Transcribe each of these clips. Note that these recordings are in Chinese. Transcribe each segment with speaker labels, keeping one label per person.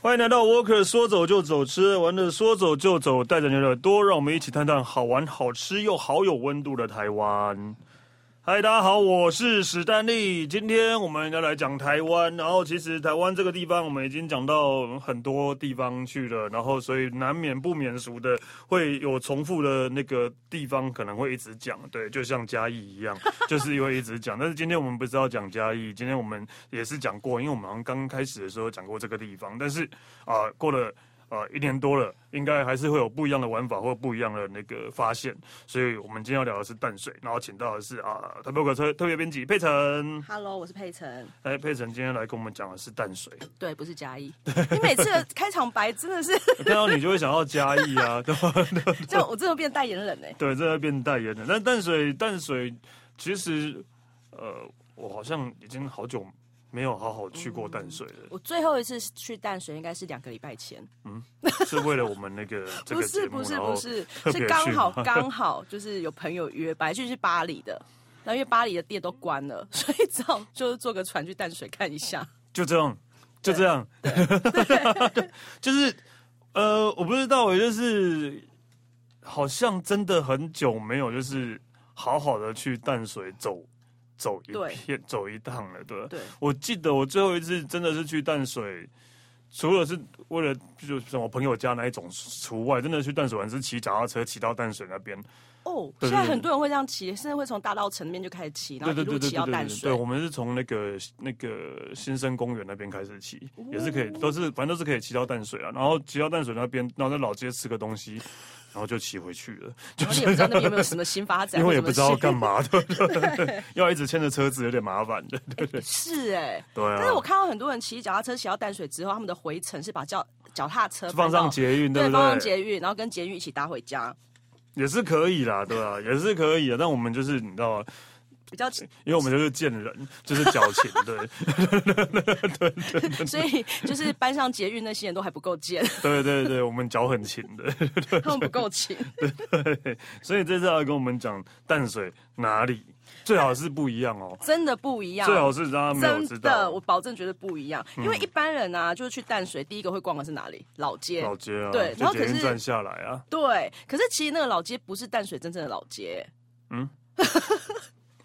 Speaker 1: 欢迎来到 Walker，说走就走，吃玩的说走就走，带着你的耳朵，让我们一起探探好玩、好吃又好有温度的台湾。嗨，大家好，我是史丹利。今天我们要来讲台湾，然后其实台湾这个地方我们已经讲到很多地方去了，然后所以难免不免俗的会有重复的那个地方，可能会一直讲，对，就像嘉义一样，就是会一直讲。但是今天我们不是要讲嘉义，今天我们也是讲过，因为我们好像刚开始的时候讲过这个地方，但是啊、过了。啊，一年多了，应该还是会有不一样的玩法或不一样的那个发现，所以我们今天要聊的是淡水，然后请到的是啊，台北可特特别编辑佩晨，
Speaker 2: Hello，我是佩晨。
Speaker 1: 哎，佩晨今天来跟我们讲的是淡水，
Speaker 3: 对，不是嘉义。
Speaker 2: 你每次的开场白真 的是，
Speaker 1: 看到你就会想要嘉义啊， 对吧？
Speaker 2: 这样我真的变代言人哎、
Speaker 1: 对，这要变代言人。但淡水，淡水其实，呃，我好像已经好久没有好好去过淡水了，
Speaker 3: 我最后一次去淡水应该是两个礼拜前，
Speaker 1: 是为了我们那 个这
Speaker 3: 嗯不
Speaker 1: 个
Speaker 3: 是
Speaker 1: 节目，
Speaker 3: 不是
Speaker 1: 然后
Speaker 3: 不是，
Speaker 1: 特别
Speaker 3: 是
Speaker 1: 去
Speaker 3: 刚好
Speaker 1: 吗
Speaker 3: 刚好就是有朋友约，本来去是巴黎的，然后因为巴黎的店都关了，所以只好就是坐个船去淡水看一 下。
Speaker 1: 就这样，就这样， 就是呃，我不知道，我就是好像真的很久没有就是好好的去淡水走走一
Speaker 3: 对
Speaker 1: 片走一趟了，对吧。
Speaker 3: 对，
Speaker 1: 我记得我最后一次真的是去淡水，除了是为了就是什么朋友家那一种除外，真的去淡水玩是骑脚踏车骑到淡水那边，
Speaker 3: 哦，
Speaker 1: 对对
Speaker 3: 现在
Speaker 1: 对
Speaker 3: 很多人会这样骑，甚至会从大道城那边就开始骑，然
Speaker 1: 对
Speaker 3: 后
Speaker 1: 对
Speaker 3: 一
Speaker 1: 对
Speaker 3: 路
Speaker 1: 对
Speaker 3: 骑
Speaker 1: 对
Speaker 3: 到
Speaker 1: 对
Speaker 3: 淡
Speaker 1: 对，
Speaker 3: 水
Speaker 1: 对，。我们是从那个那个新生公园那边开始骑，也是可以，都是反正都是可以骑到淡水啊，然后骑到淡水那边，然后在老街吃个东西，然后就骑回去了，
Speaker 3: 然后你也不知道那边有没有什么新发展，
Speaker 1: 因为也
Speaker 3: 或
Speaker 1: 不
Speaker 3: 者
Speaker 1: 知
Speaker 3: 什么
Speaker 1: 道
Speaker 3: 新
Speaker 1: 干嘛的，对对要一直牵着车子有点麻烦的，对对
Speaker 3: 是哎、
Speaker 1: 对啊。
Speaker 3: 但是我看到很多人骑脚踏车骑到淡水之后，他们的回程是把脚脚踏车
Speaker 1: 放上
Speaker 3: 捷
Speaker 1: 捷运，
Speaker 3: 对
Speaker 1: 不
Speaker 3: 放上
Speaker 1: 对？
Speaker 3: 捷运，然后跟捷运一起搭回 家，
Speaker 1: 也是可以啦，对吧、也是可以啊。但我们就是你知道吗？
Speaker 3: 比较
Speaker 1: 因为我们就是贱人，就是矫情，对
Speaker 3: 所以就是班上捷运那些人都还不 够贱，
Speaker 1: 对对对，我们脚很勤的。
Speaker 3: 他们不够勤。
Speaker 1: 对， 所以这次要跟我们讲淡水哪里最好是不一样哦，
Speaker 3: 真的不一样。
Speaker 1: 最好是让他没有知
Speaker 3: 真的，我
Speaker 1: 道嗯
Speaker 3: 保证绝对不一样。因为一般人啊，就是去淡水，第一个会逛的是哪里？老街。
Speaker 1: 老街啊，
Speaker 3: 对然
Speaker 1: 就
Speaker 3: 后可
Speaker 1: 捷
Speaker 3: 是
Speaker 1: 运站下来啊，
Speaker 3: 对，可是其实那个老街不是淡水真正的老街，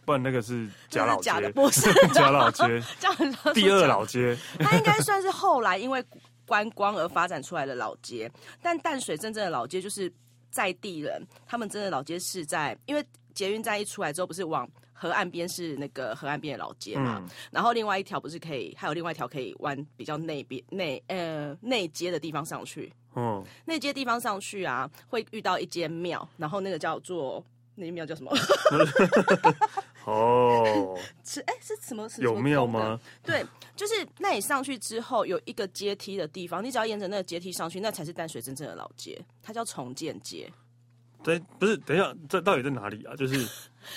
Speaker 1: 不然那个是假
Speaker 3: 那
Speaker 1: 老
Speaker 3: 是假的，
Speaker 1: 街，
Speaker 3: 不是
Speaker 1: 假老街，
Speaker 3: 这样很像是
Speaker 1: 第二
Speaker 3: 假的
Speaker 1: 老街，
Speaker 3: 它应该算是后来因为观光而发展出来的老街，但淡水真正的老街就是在地人，他们真的老街是在因为捷运站一出来之后，不是往河岸边是那个河岸边的老街嘛，
Speaker 1: 嗯
Speaker 3: 然后另外一条不是可以，还有另外一条可以弯比较内边内呃内街的地方上去，
Speaker 1: 嗯，
Speaker 3: 内街地方上去啊，会遇到一间庙，然后那个叫做。那间庙叫什么？
Speaker 1: 哦，
Speaker 3: 是哎、是什么？是什么
Speaker 1: 有庙
Speaker 3: 宫的
Speaker 1: 吗？
Speaker 3: 对，就是那你上去之后有一个阶梯的地方，你只要沿着那个阶梯上去，那才是淡水真正的老街，它叫重建街。
Speaker 1: 对，不是，等一下，这到底在哪里啊？ 就是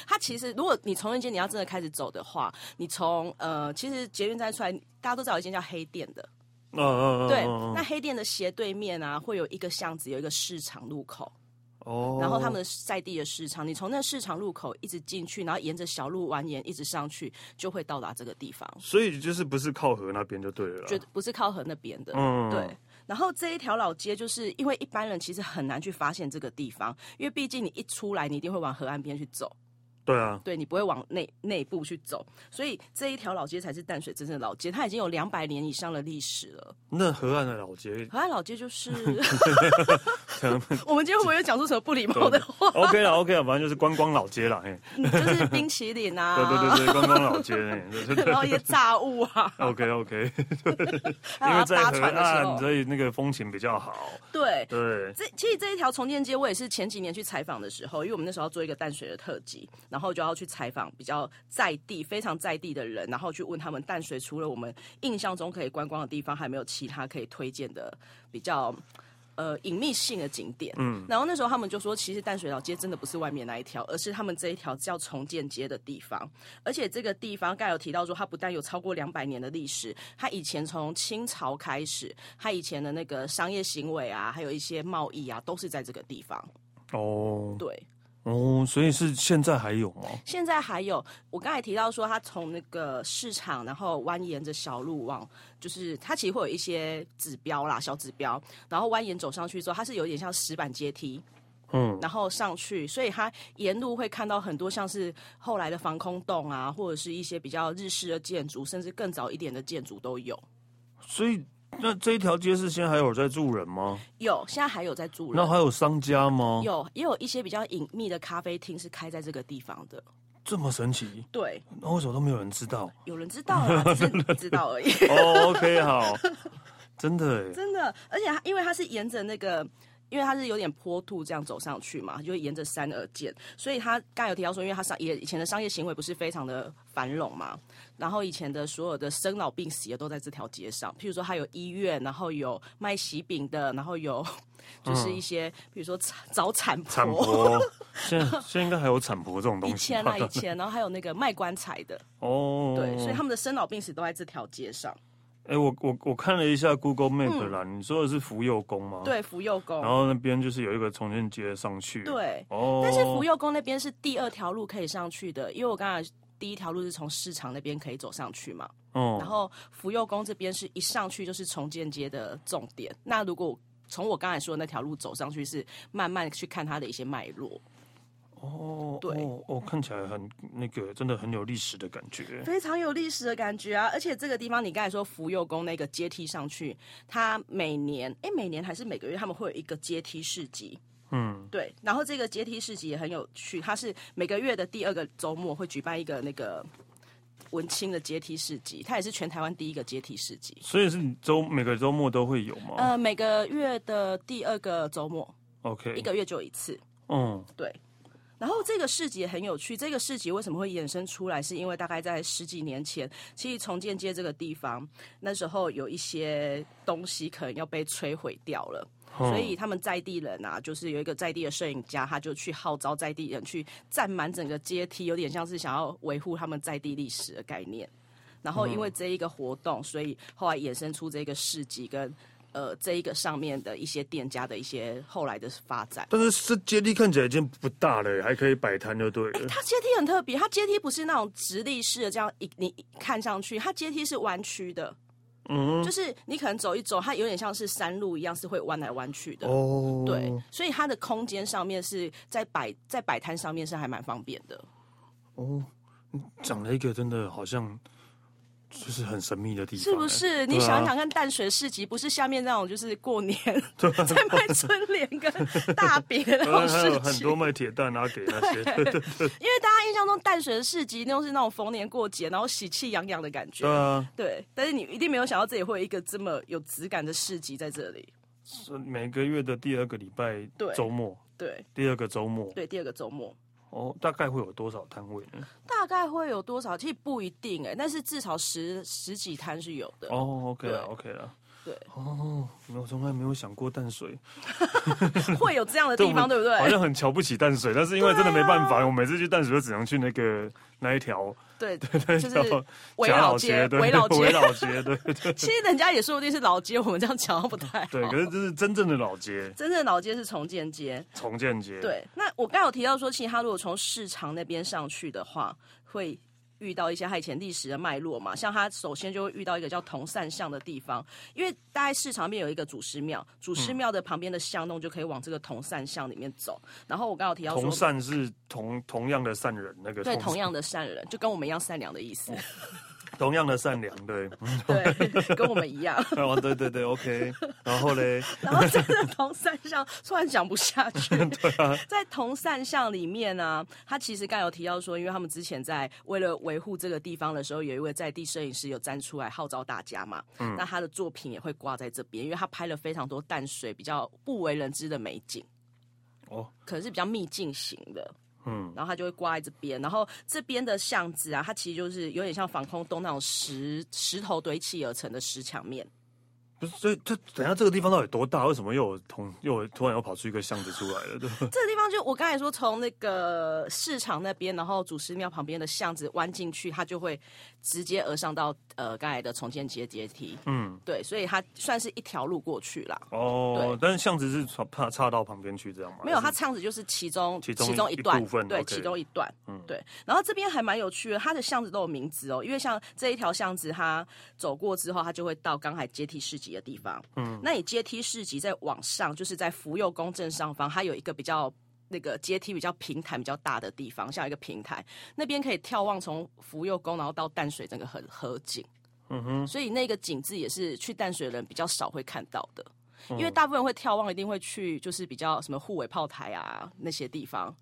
Speaker 3: 它其实，如果你重建街你要真的开始走的话，你从呃，其实捷运站出来，大家都知道有一间叫黑店的，
Speaker 1: 嗯嗯嗯，
Speaker 3: 对，
Speaker 1: 嗯
Speaker 3: 那黑店的斜对面啊，会有一个巷子，有一个市场路口，
Speaker 1: 哦，
Speaker 3: 然后他们在地的市场，你从那市场路口一直进去，然后沿着小路蜿蜒一直上去，就会到达这个地方，
Speaker 1: 所以就是不是靠河那边就对了啦，
Speaker 3: 绝不是靠河那边的，
Speaker 1: 嗯
Speaker 3: 对。然后这一条老街，就是因为一般人其实很难去发现这个地方，因为毕竟你一出来，你一定会往河岸边去走，
Speaker 1: 对啊，
Speaker 3: 对你不会往内内部去走，所以这一条老街才是淡水真正的老街，它已经有两百年以上的历史了。
Speaker 1: 那河岸的老街
Speaker 3: 河岸老 街就是，我们今天会不会又讲出什么不礼貌的话？
Speaker 1: ，OK 了 OK 了，反正就是观光老街啦，嘿，
Speaker 3: 就是冰淇淋啊，
Speaker 1: 对对对对，观光老街，嘿对 对对。
Speaker 3: 然后一些炸物啊，
Speaker 1: OK OK，
Speaker 3: 还
Speaker 1: 因为
Speaker 3: 有
Speaker 1: 在
Speaker 3: 搭
Speaker 1: 河
Speaker 3: 船的时
Speaker 1: 岸，
Speaker 3: 候，
Speaker 1: 所以那个风情比较好。
Speaker 3: 对，
Speaker 1: 对，
Speaker 3: 这其实这一条重建街，我也是前几年去采访的时候，因为我们那时候要做一个淡水的特辑，然后就要去采访比较在地、非常在地的人，然后去问他们淡水除了我们印象中可以观光的地方，还有没有其他可以推荐的比较。呃，隐秘性的景点，嗯，然后那时候他们就说，其实淡水老街真的不是外面那一条，而是他们这一条叫重建街的地方，而且这个地方刚才有提到说，它不但有超过两百年的历史，它以前从清朝开始，它以前的那个商业行为啊，还有一些贸易啊，都是在这个地方。
Speaker 1: 哦，
Speaker 3: 对，
Speaker 1: 哦，所以是现在还有吗？
Speaker 3: 现在还有，我刚才提到说，它从那个市场，然后蜿蜒着小路往，就是它其实会有一些指标啦，小指标，然后蜿蜒走上去之后，它是有点像石板阶梯，
Speaker 1: 嗯，
Speaker 3: 然后上去，所以它沿路会看到很多像是后来的防空洞啊，或者是一些比较日式的建筑，甚至更早一点的建筑都有。
Speaker 1: 所以那这一条街是现在还有在住人吗？
Speaker 3: 有，现在还有在住
Speaker 1: 那
Speaker 3: 人。
Speaker 1: 还有商家吗？
Speaker 3: 有，也有一些比较隐秘的咖啡厅是开在这个地方的。
Speaker 1: 这么神奇，
Speaker 3: 对，
Speaker 1: 那为什么都没有人知 道？
Speaker 3: 有人知道啊，只是你不知道而已。
Speaker 1: 哦，OK，好，真的耶，
Speaker 3: 真的，而且它因为它是沿着那个。因为它是有点坡度这样走上去嘛，就会沿着山而建，所以它刚才有提到说，因为它商也以前的商业行为不是非常的繁荣嘛，然后以前的所有的生老病死也都在这条街上，譬如说它有医院，然后有卖喜饼的，然后有就是一些、比如说产找产婆，
Speaker 1: 嗯产婆，现在 现在应该还有产婆这种
Speaker 3: 以
Speaker 1: 东西
Speaker 3: 前
Speaker 1: 吧
Speaker 3: 啊？以前，然后还有那个卖棺材的，
Speaker 1: 哦，
Speaker 3: 对，所以他们的生老病死都在这条街上，
Speaker 1: 哎、我我我看了一下 Google Map 啦，你说的是福佑宫吗？。
Speaker 3: 嗯对，福佑宫
Speaker 1: 哦然，后那边就是有一个重建街上去。。
Speaker 3: 对，
Speaker 1: 哦。
Speaker 3: 但是福佑宫那边是第二条路可以上去的，因为我刚才第一条路是从市场那边可以走上去嘛，
Speaker 1: 嗯
Speaker 3: 然后福佑宫这边是一上去就是重建街的重点。那如果从我刚才说的那条路走上去，是慢慢去看它的一些脉络，
Speaker 1: 哦，
Speaker 3: 对
Speaker 1: 哦，哦，看起来很那个，真的很有历史的感觉。
Speaker 3: 非常有历史的感觉啊！而且这个地方，你刚才说福佑宫那个阶梯上去，它每年哎每年还是每个月他们会有一个阶梯市集，
Speaker 1: 嗯，
Speaker 3: 对，然后这个阶梯市集也很有趣，它是每个月的第二个周末会举办一个那个文青的阶梯市集，它也是全台湾第一个阶梯市集。
Speaker 1: 所以是你周每个周末都会有吗、
Speaker 3: 呃，每个月的第二个周末，
Speaker 1: o k
Speaker 3: 一个月就有一次。
Speaker 1: 嗯，
Speaker 3: 然后这个市集也很有趣，这个市集为什么会衍生出来？是因为大概在十几年前，其实重建街这个地方，那时候有一些东西可能要被摧毁掉了。
Speaker 1: 嗯
Speaker 3: 所以他们在地人啊，就是有一个在地的摄影家，他就去号召在地人去占满整个阶梯，有点像是想要维护他们在地历史的概念。然后因为这一个活动，所以后来衍生出这个市集跟呃这一个上面的一些店家的一些后来的发展。
Speaker 1: 但是这阶梯看起来已经不大了，还可以摆摊就对了。
Speaker 3: 它阶梯很特别，它阶梯不是那种直立式的，这样一你看上去，它阶梯是弯曲的，
Speaker 1: 嗯，
Speaker 3: 就是你可能走一走，它有点像是山路一样，是会弯来弯去的。
Speaker 1: 哦，
Speaker 3: 对，所以它的空间上面是在摆在摆摊上面是还蛮方便的。
Speaker 1: 哦，你讲了一个真的好像就是很神秘的地方，
Speaker 3: 是不是？你
Speaker 1: 对啊
Speaker 3: 想一想看，淡水市集不是下面那种就是过年 在卖春联跟大饼的那
Speaker 1: 哎？啊还
Speaker 3: 种
Speaker 1: 有
Speaker 3: 市
Speaker 1: 很
Speaker 3: 集，
Speaker 1: 多卖铁蛋啊，给那些对对
Speaker 3: 因为大家印象中淡水的市集那种是那种逢年过节，然后喜气洋洋的感觉。
Speaker 1: 对啊，
Speaker 3: 对，但是你一定没有想到这里会有一个这么有质感的市集在这里。
Speaker 1: 是每个月的第二个礼拜
Speaker 3: 对
Speaker 1: 周末，
Speaker 3: 对
Speaker 1: 第二个周末
Speaker 3: 对，第二个周末
Speaker 1: 哦，大概会有多少摊位呢？
Speaker 3: 大概会有多少？其实不一定哎、但是至少十十几摊是有的。
Speaker 1: 哦，OK 了
Speaker 3: 对
Speaker 1: ，OK 了。
Speaker 3: 对，
Speaker 1: 哦，没有，从来没有想过淡水
Speaker 3: 会有 这样的地方，对啊不
Speaker 1: 好
Speaker 3: 对？
Speaker 1: 像很瞧不起淡水，但是因为真的没办法，我每次去淡水就只能去那个那一条，
Speaker 3: 对，
Speaker 1: 那
Speaker 3: 就
Speaker 1: 一条
Speaker 3: 是围
Speaker 1: 贾
Speaker 3: 老
Speaker 1: 老
Speaker 3: 街，
Speaker 1: 对，
Speaker 3: 围老
Speaker 1: 围
Speaker 3: 街。
Speaker 1: 老街，对对对
Speaker 3: 其实人家也说不定是老街，我们这样讲不太好。
Speaker 1: 对。 可是这是真正的老街，
Speaker 3: 真正的老街是重建街。
Speaker 1: 重建街。，
Speaker 3: 对，那我刚有提到说，其实他如果从市场那边上去的话，会遇到一些他以前历史的脉络嘛。像他首先就会遇到一个叫铜善巷的地方，因为大概市场那边有一个祖师庙，祖师庙的旁边的巷弄就可以往这个铜善巷里面走。然后我刚有提到
Speaker 1: 同
Speaker 3: 说，
Speaker 1: 善是同同样的善人，那个
Speaker 3: 对，同样的善人，就跟我们一样善良的意思，
Speaker 1: 同样的善良，对，
Speaker 3: 对， 跟我们一样。
Speaker 1: 哦，对对对，OK。然后嘞，
Speaker 3: 然后在那铜善巷，突然讲不下去。 对啊，在铜善巷里面呢、他其实刚有提到说，因为他们之前在为了维护这个地方的时候，有一位在地摄影师有站出来号召大家嘛。那他的作品也会挂在这边，因为他拍了非常多淡水比较不为人知的美景。
Speaker 1: 哦，
Speaker 3: 可能是比较秘境型的。
Speaker 1: 嗯
Speaker 3: 嗯，然后他就会挂在这边，然后这边的巷子啊，它其实就是有点像防空洞那种石石头堆砌而成的石墙面，
Speaker 1: 不是，所以这等一下这个地方到底多大？为什么又有同又有突然又跑出一个巷子出来了？对吧，
Speaker 3: 这个地方就我刚才说，从那个市场那边，然后祖师庙旁边的巷子弯进去，它就会直接而上到呃刚才的重建街阶梯。
Speaker 1: 嗯，
Speaker 3: 对，所以它算是一条路过去啦。
Speaker 1: 哦
Speaker 3: 对，
Speaker 1: 但是巷子是从岔岔到旁边去这样吗？
Speaker 3: 没有，
Speaker 1: 还
Speaker 3: 它
Speaker 1: 是
Speaker 3: 这样子就是其中
Speaker 1: 其中
Speaker 3: 一
Speaker 1: 一
Speaker 3: 段
Speaker 1: 部分
Speaker 3: 对
Speaker 1: OK 嗯
Speaker 3: 其中一段，对。然后这边还蛮有趣的，它的巷子都有名字哦，因为像这一条巷子，它走过之后，它就会到刚才阶梯市集的地方。嗯，那你阶梯市集再往上，就是在福佑宫正上方，它有一个比较。那个阶梯比较平坦、比较大的地方，像一个平台，那边可以眺望从福佑宫，然后到淡水整个很河景。嗯哼，所以那个景致也是去淡水的人比较少会看到的。
Speaker 1: 嗯
Speaker 3: 因为大部分人会眺望，一定会去就是比较什么护卫炮台啊那些地方，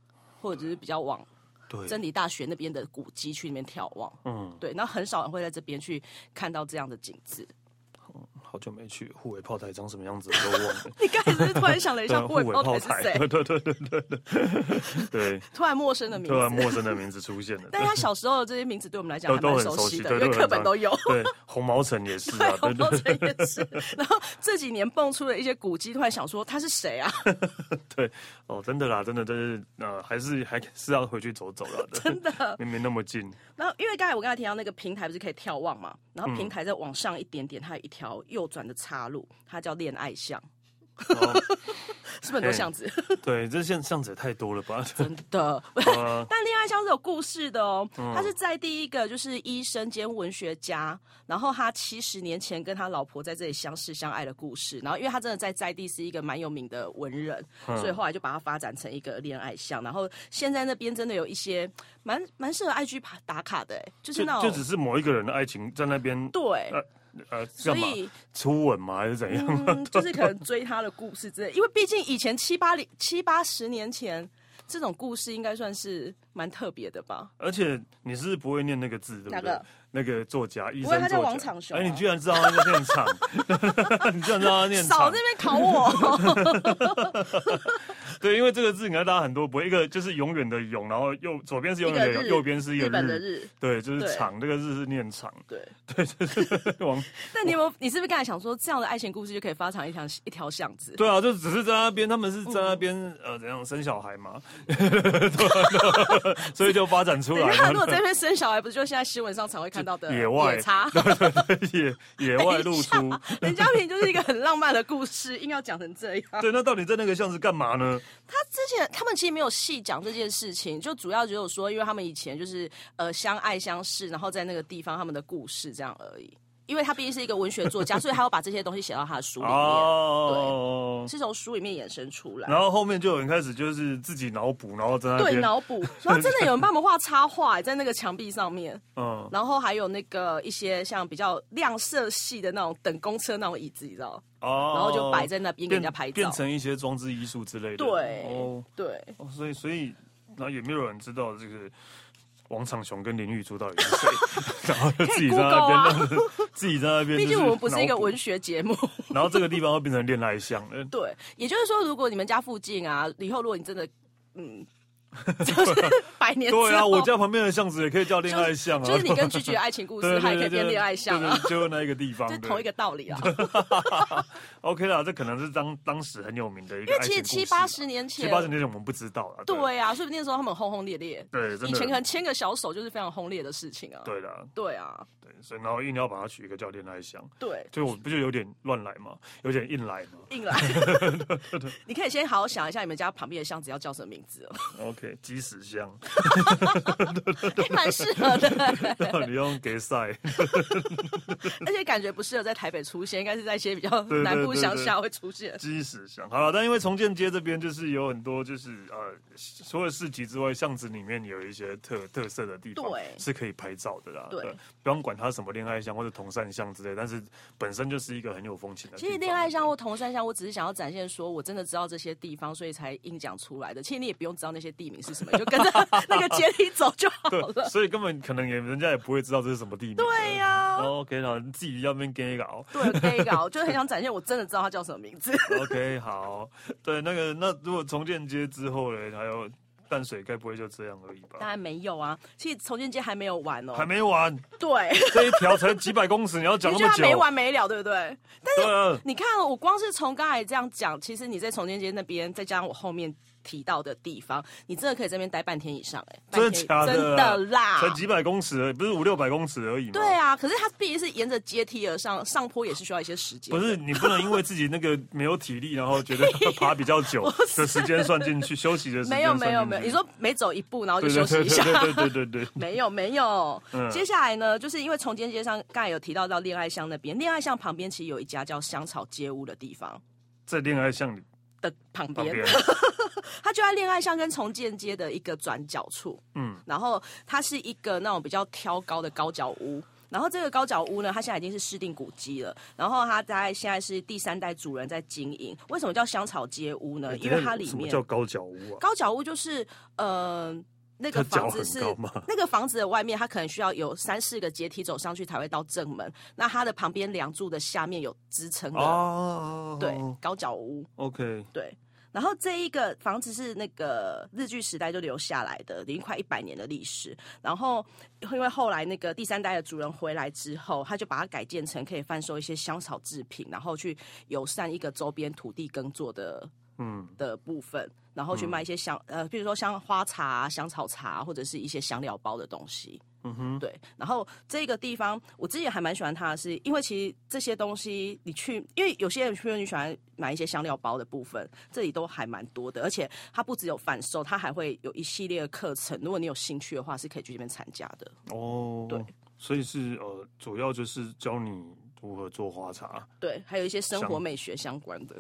Speaker 3: 或者是比较往
Speaker 1: 对，
Speaker 3: 真理大学那边的古迹去那边眺望。
Speaker 1: 嗯，
Speaker 3: 对，那很少人会在这边去看到这样的景 致。
Speaker 1: 好久没去护卫炮台长什么样子我都忘了。
Speaker 3: 你刚才是不是突然想了一
Speaker 1: 对，
Speaker 3: 下，
Speaker 1: 护
Speaker 3: 护
Speaker 1: 卫
Speaker 3: 卫
Speaker 1: 炮
Speaker 3: 炮台
Speaker 1: 台，
Speaker 3: 是
Speaker 1: 对
Speaker 3: 谁？
Speaker 1: 对对对对对对，
Speaker 3: 突然陌生的名
Speaker 1: 突然
Speaker 3: 字。
Speaker 1: 陌生的名字出现了。
Speaker 3: 但是他小时候的这些名字对我们来讲
Speaker 1: 都
Speaker 3: 还蛮
Speaker 1: 都很
Speaker 3: 熟
Speaker 1: 熟
Speaker 3: 悉
Speaker 1: 悉
Speaker 3: 的，
Speaker 1: 对
Speaker 3: 因为
Speaker 1: 都很
Speaker 3: 课本都有。
Speaker 1: 对，红毛城也是 啊，对
Speaker 3: 红毛
Speaker 1: 对
Speaker 3: 城也是，然后这几年蹦出了一些古迹，突然想说他是谁啊？
Speaker 1: 对，哦，真的啦，真的，真是呃，还是还是要回去走走了，真的，明明那么近，
Speaker 3: 然后，因为刚才我刚才提到那个平台不是可以眺望嘛，然
Speaker 1: 嗯
Speaker 3: 后平台再往上一点点，它有一条右转的岔路，它叫恋爱巷，
Speaker 1: 哦
Speaker 3: 是不是很多巷子？
Speaker 1: 对，这现巷子也太多了吧？
Speaker 3: 真的。
Speaker 1: 呃，
Speaker 3: 但恋爱巷是有故事的哦，
Speaker 1: 嗯
Speaker 3: 它是在第一个就是医生兼文学家，然后他七十年前跟他老婆在这里相识相爱的故事。然后，因为他真的在在地是一个蛮有名的文人，
Speaker 1: 嗯
Speaker 3: 所以后来就把它发展成一个恋爱巷。然后现在那边真的有一些蛮蛮适合 IG 打打卡的，欸就是
Speaker 1: 就
Speaker 3: 那
Speaker 1: 就
Speaker 3: 种
Speaker 1: 只是某一个人的爱情在那边，
Speaker 3: 对。
Speaker 1: 呃，
Speaker 3: 所
Speaker 1: 干嘛
Speaker 3: 以，
Speaker 1: 初吻吗？还是怎样？
Speaker 3: 嗯，就是可能追他的故事之类，因为毕竟以前七八零七八十年前，这种故事应该算是蛮特别的吧？
Speaker 1: 而且你是不会念那个字，对
Speaker 3: 哪
Speaker 1: 不对
Speaker 3: 个？
Speaker 1: 那个作家，医生
Speaker 3: 会他
Speaker 1: 作
Speaker 3: 叫
Speaker 1: 家
Speaker 3: 王长雄啊
Speaker 1: 哎，你居然知道他在念 场，你居然知道他念
Speaker 3: 少
Speaker 1: 场
Speaker 3: 在，那边考 我，
Speaker 1: 对，因为这个字你看大家很多不会，一个就是永远的永，然后右左边是永
Speaker 3: 一
Speaker 1: 远
Speaker 3: 个
Speaker 1: 的永，
Speaker 3: 日，
Speaker 1: 右边是一个
Speaker 3: 日本的日，
Speaker 1: 对，就是
Speaker 3: 对
Speaker 1: 长，这个日是念长，
Speaker 3: 对。
Speaker 1: 王
Speaker 3: 但你有没有？你是不是刚才想说，这样的爱情故事就可以发展一条一条巷子？
Speaker 1: 对啊，就只是在那边，他们是在那边、呃怎样生小孩嘛， 对啊所以就发展出
Speaker 3: 因
Speaker 1: 来
Speaker 3: 为他如
Speaker 1: 嘛
Speaker 3: 果在那边生小孩，不是就现在新闻上常会看到的
Speaker 1: 野外
Speaker 3: 野 叉？
Speaker 1: 野野外露出。
Speaker 3: 林嘉平就是一个很浪漫的故事，硬要讲成这样。
Speaker 1: 对，那到底在那个巷子干嘛呢？
Speaker 3: 之前他们其实没有细讲这件事情，就主要只有说，因为他们以前就是呃相爱相识，然后在那个地方他们的故事这样而已。因为他毕竟是一个文学作家，所以他要把这些东西写到他的书里面，
Speaker 1: 哦，
Speaker 3: 是从书里面衍生出来。
Speaker 1: 然后后面就有人开始就是自己脑补，然后在那
Speaker 3: 对，
Speaker 1: 边，
Speaker 3: 脑 补，然后真的有人帮我们画插画，在那个墙壁上面，
Speaker 1: 嗯，
Speaker 3: 然后还有那个一些像比较亮色系的那种等公车那种椅子，你知道？
Speaker 1: 哦，
Speaker 3: 然后就摆在那边给人家拍照
Speaker 1: 变变成一些装置艺术之类的。
Speaker 3: 对
Speaker 1: 哦，
Speaker 3: 对，
Speaker 1: 哦所以所以然后也没有人知道这个王长雄跟林玉珠到底是 谁，然后就自己在那边
Speaker 3: 可以啊
Speaker 1: 让， 自己在那边，
Speaker 3: 毕竟我们不是一个
Speaker 1: 文。
Speaker 3: 文学节目。
Speaker 1: 然后这个地方会变成恋爱巷了。
Speaker 3: 对，也就是说，如果你们家附近啊，以后如果你真的， 嗯，就是百年之后，
Speaker 1: 对啊，我家旁边的巷子也可以叫恋爱巷啊。
Speaker 3: 就是你跟居居的爱情故
Speaker 1: 对
Speaker 3: 事，
Speaker 1: 对
Speaker 3: 它也可
Speaker 1: 对
Speaker 3: 以
Speaker 1: 对
Speaker 3: 变恋爱像啊，
Speaker 1: 对对就那一个地方，
Speaker 3: 就是
Speaker 1: 对
Speaker 3: 同一个道理啊。
Speaker 1: OK 啦，这可能是当当时很有名的一
Speaker 3: 因
Speaker 1: 个
Speaker 3: 为
Speaker 1: 爱
Speaker 3: 其
Speaker 1: 情
Speaker 3: 实
Speaker 1: 故事。啊
Speaker 3: 七八十年前，
Speaker 1: 七八十年前我们不知道啊。
Speaker 3: 对啊，说不定那时候他们轰轰烈烈，
Speaker 1: 对，真
Speaker 3: 以前可
Speaker 1: 的
Speaker 3: 能牵个小手就是非常轰烈的事情啊。
Speaker 1: 对啦，
Speaker 3: 对啊，
Speaker 1: 对，所以然后硬要把它取一个叫恋爱巷，
Speaker 3: 对。
Speaker 1: 所以我不就有点乱来嘛，有点硬来嘛。
Speaker 3: 硬来， 你可以先好好想一下你们家旁边的巷子要叫什么名字哦，
Speaker 1: OK，鸡屎 巷，
Speaker 3: 还蛮适合的，
Speaker 1: 那你用给塞，
Speaker 3: 而且感觉不适合在台北出现，应该是在一些比较
Speaker 1: 对对
Speaker 3: 南部
Speaker 1: 对
Speaker 3: 乡
Speaker 1: 对
Speaker 3: 下会出现。
Speaker 1: 鸡屎巷。好了，但因为重建街这边就是有很多，就是呃，除了市集之外，巷子里面有一些特特色的地方，
Speaker 3: 对
Speaker 1: 是可以拍照的啦。
Speaker 3: 对
Speaker 1: 不用管它什么恋爱巷或者同善巷之类，但是本身就是一个很有风情的呃地
Speaker 3: 其
Speaker 1: 方。
Speaker 3: 实恋 爱像或同山像，我只是想要展现说我真的知道这些地方，所以才硬讲出来的。其实你也不用知道那些地名是什么，就跟 着那个阶梯走就好
Speaker 1: 对，
Speaker 3: 了。
Speaker 1: 所以根本可能也人家也不会知道这是什么地名。
Speaker 3: 对呀、
Speaker 1: 然后 OK，然后你自己要边跟一个熬。
Speaker 3: 对，可以搞，我就很想展现我真的知道它叫什么名字。
Speaker 1: OK，好，对，那个那如果重建街之后嘞，还有淡水该不会就这样而已吧？
Speaker 3: 当然没有啊，其实重建街还没有完哦。
Speaker 1: 还没完，
Speaker 3: 对，
Speaker 1: 这一条才几百公尺，你要讲
Speaker 3: 你
Speaker 1: 那
Speaker 3: 觉得
Speaker 1: 么久？
Speaker 3: 他没完没了，对不对？
Speaker 1: 对啊，
Speaker 3: 你看哦，我光是从刚才这样讲，其实你在重建街那边，再加上我后面提到的地方，你真的可以这边待半天以上、哎，
Speaker 1: 真的假
Speaker 3: 半天
Speaker 1: 的啊
Speaker 3: 真的啦，
Speaker 1: 才几百公尺而已，不是五六百公尺而已吗？
Speaker 3: 对啊，可是它毕竟是沿着阶梯而上，上坡也是需要一些时间。
Speaker 1: 不是你不能因为自己那个没有体力，然后觉得 爬比较久的时间算进去，休息的时间
Speaker 3: 没有
Speaker 1: 算进去
Speaker 3: 没有没有，你说每走一步，然后就
Speaker 1: 对对
Speaker 3: 休息
Speaker 1: 对
Speaker 3: 一下。
Speaker 1: 对对对对对，
Speaker 3: 没有没有，
Speaker 1: 嗯
Speaker 3: 接下来呢，就是因为重建街上刚才有提到到恋爱巷那边，恋爱巷旁边其实有一家叫香草街屋的地方
Speaker 1: 在恋爱巷里
Speaker 3: 的旁
Speaker 1: 旁
Speaker 3: 边，
Speaker 1: 边，
Speaker 3: 它就在恋爱巷跟重建街的一个转角处，
Speaker 1: 嗯
Speaker 3: 嗯，然后它是一个那种比较挑高的高脚屋。然后这个高脚屋呢，它现在已经是市定古迹了。然后它在现在是第三代主人在经营。为什么叫香草街屋呢？呃因为它里
Speaker 1: 哎什么
Speaker 3: 面
Speaker 1: 叫高脚屋啊？
Speaker 3: 高脚屋就是呃那
Speaker 1: 它
Speaker 3: 个
Speaker 1: 脚
Speaker 3: 房子
Speaker 1: 很
Speaker 3: 是
Speaker 1: 高吗？
Speaker 3: 那个房子的外面，它可能需要有三四个阶梯走上去才会到正门。那它的旁边梁柱的下面有支撑的，
Speaker 1: 哦，
Speaker 3: 对，高脚屋。
Speaker 1: ，OK，
Speaker 3: 对。然后这一个房子是那个日据时代就留下来的，已经快一百年的历史。然后因为后来那个第三代的主人回来之后，他就把它改建成可以贩售一些香草制品，然后去友善一个周边土地耕作的
Speaker 1: 嗯，
Speaker 3: 的部分，然后去卖一些香、呃，比如说像花茶啊、香草茶啊或者是一些香料包的东西。
Speaker 1: 嗯哼，
Speaker 3: 对，然后这个地方我自己还蛮喜欢它的是，因为其实这些东西你去，因为有些人去你喜欢买一些香料包的部分，这里都还蛮多的，而且它不只有贩售，它还会有一系列的课程，如果你有兴趣的话，是可以去这边参加的。
Speaker 1: 哦，
Speaker 3: 对，
Speaker 1: 所以是呃，主要就是教你如何做花茶。
Speaker 3: 对，还有一些生活
Speaker 1: 香
Speaker 3: 美学相关 的，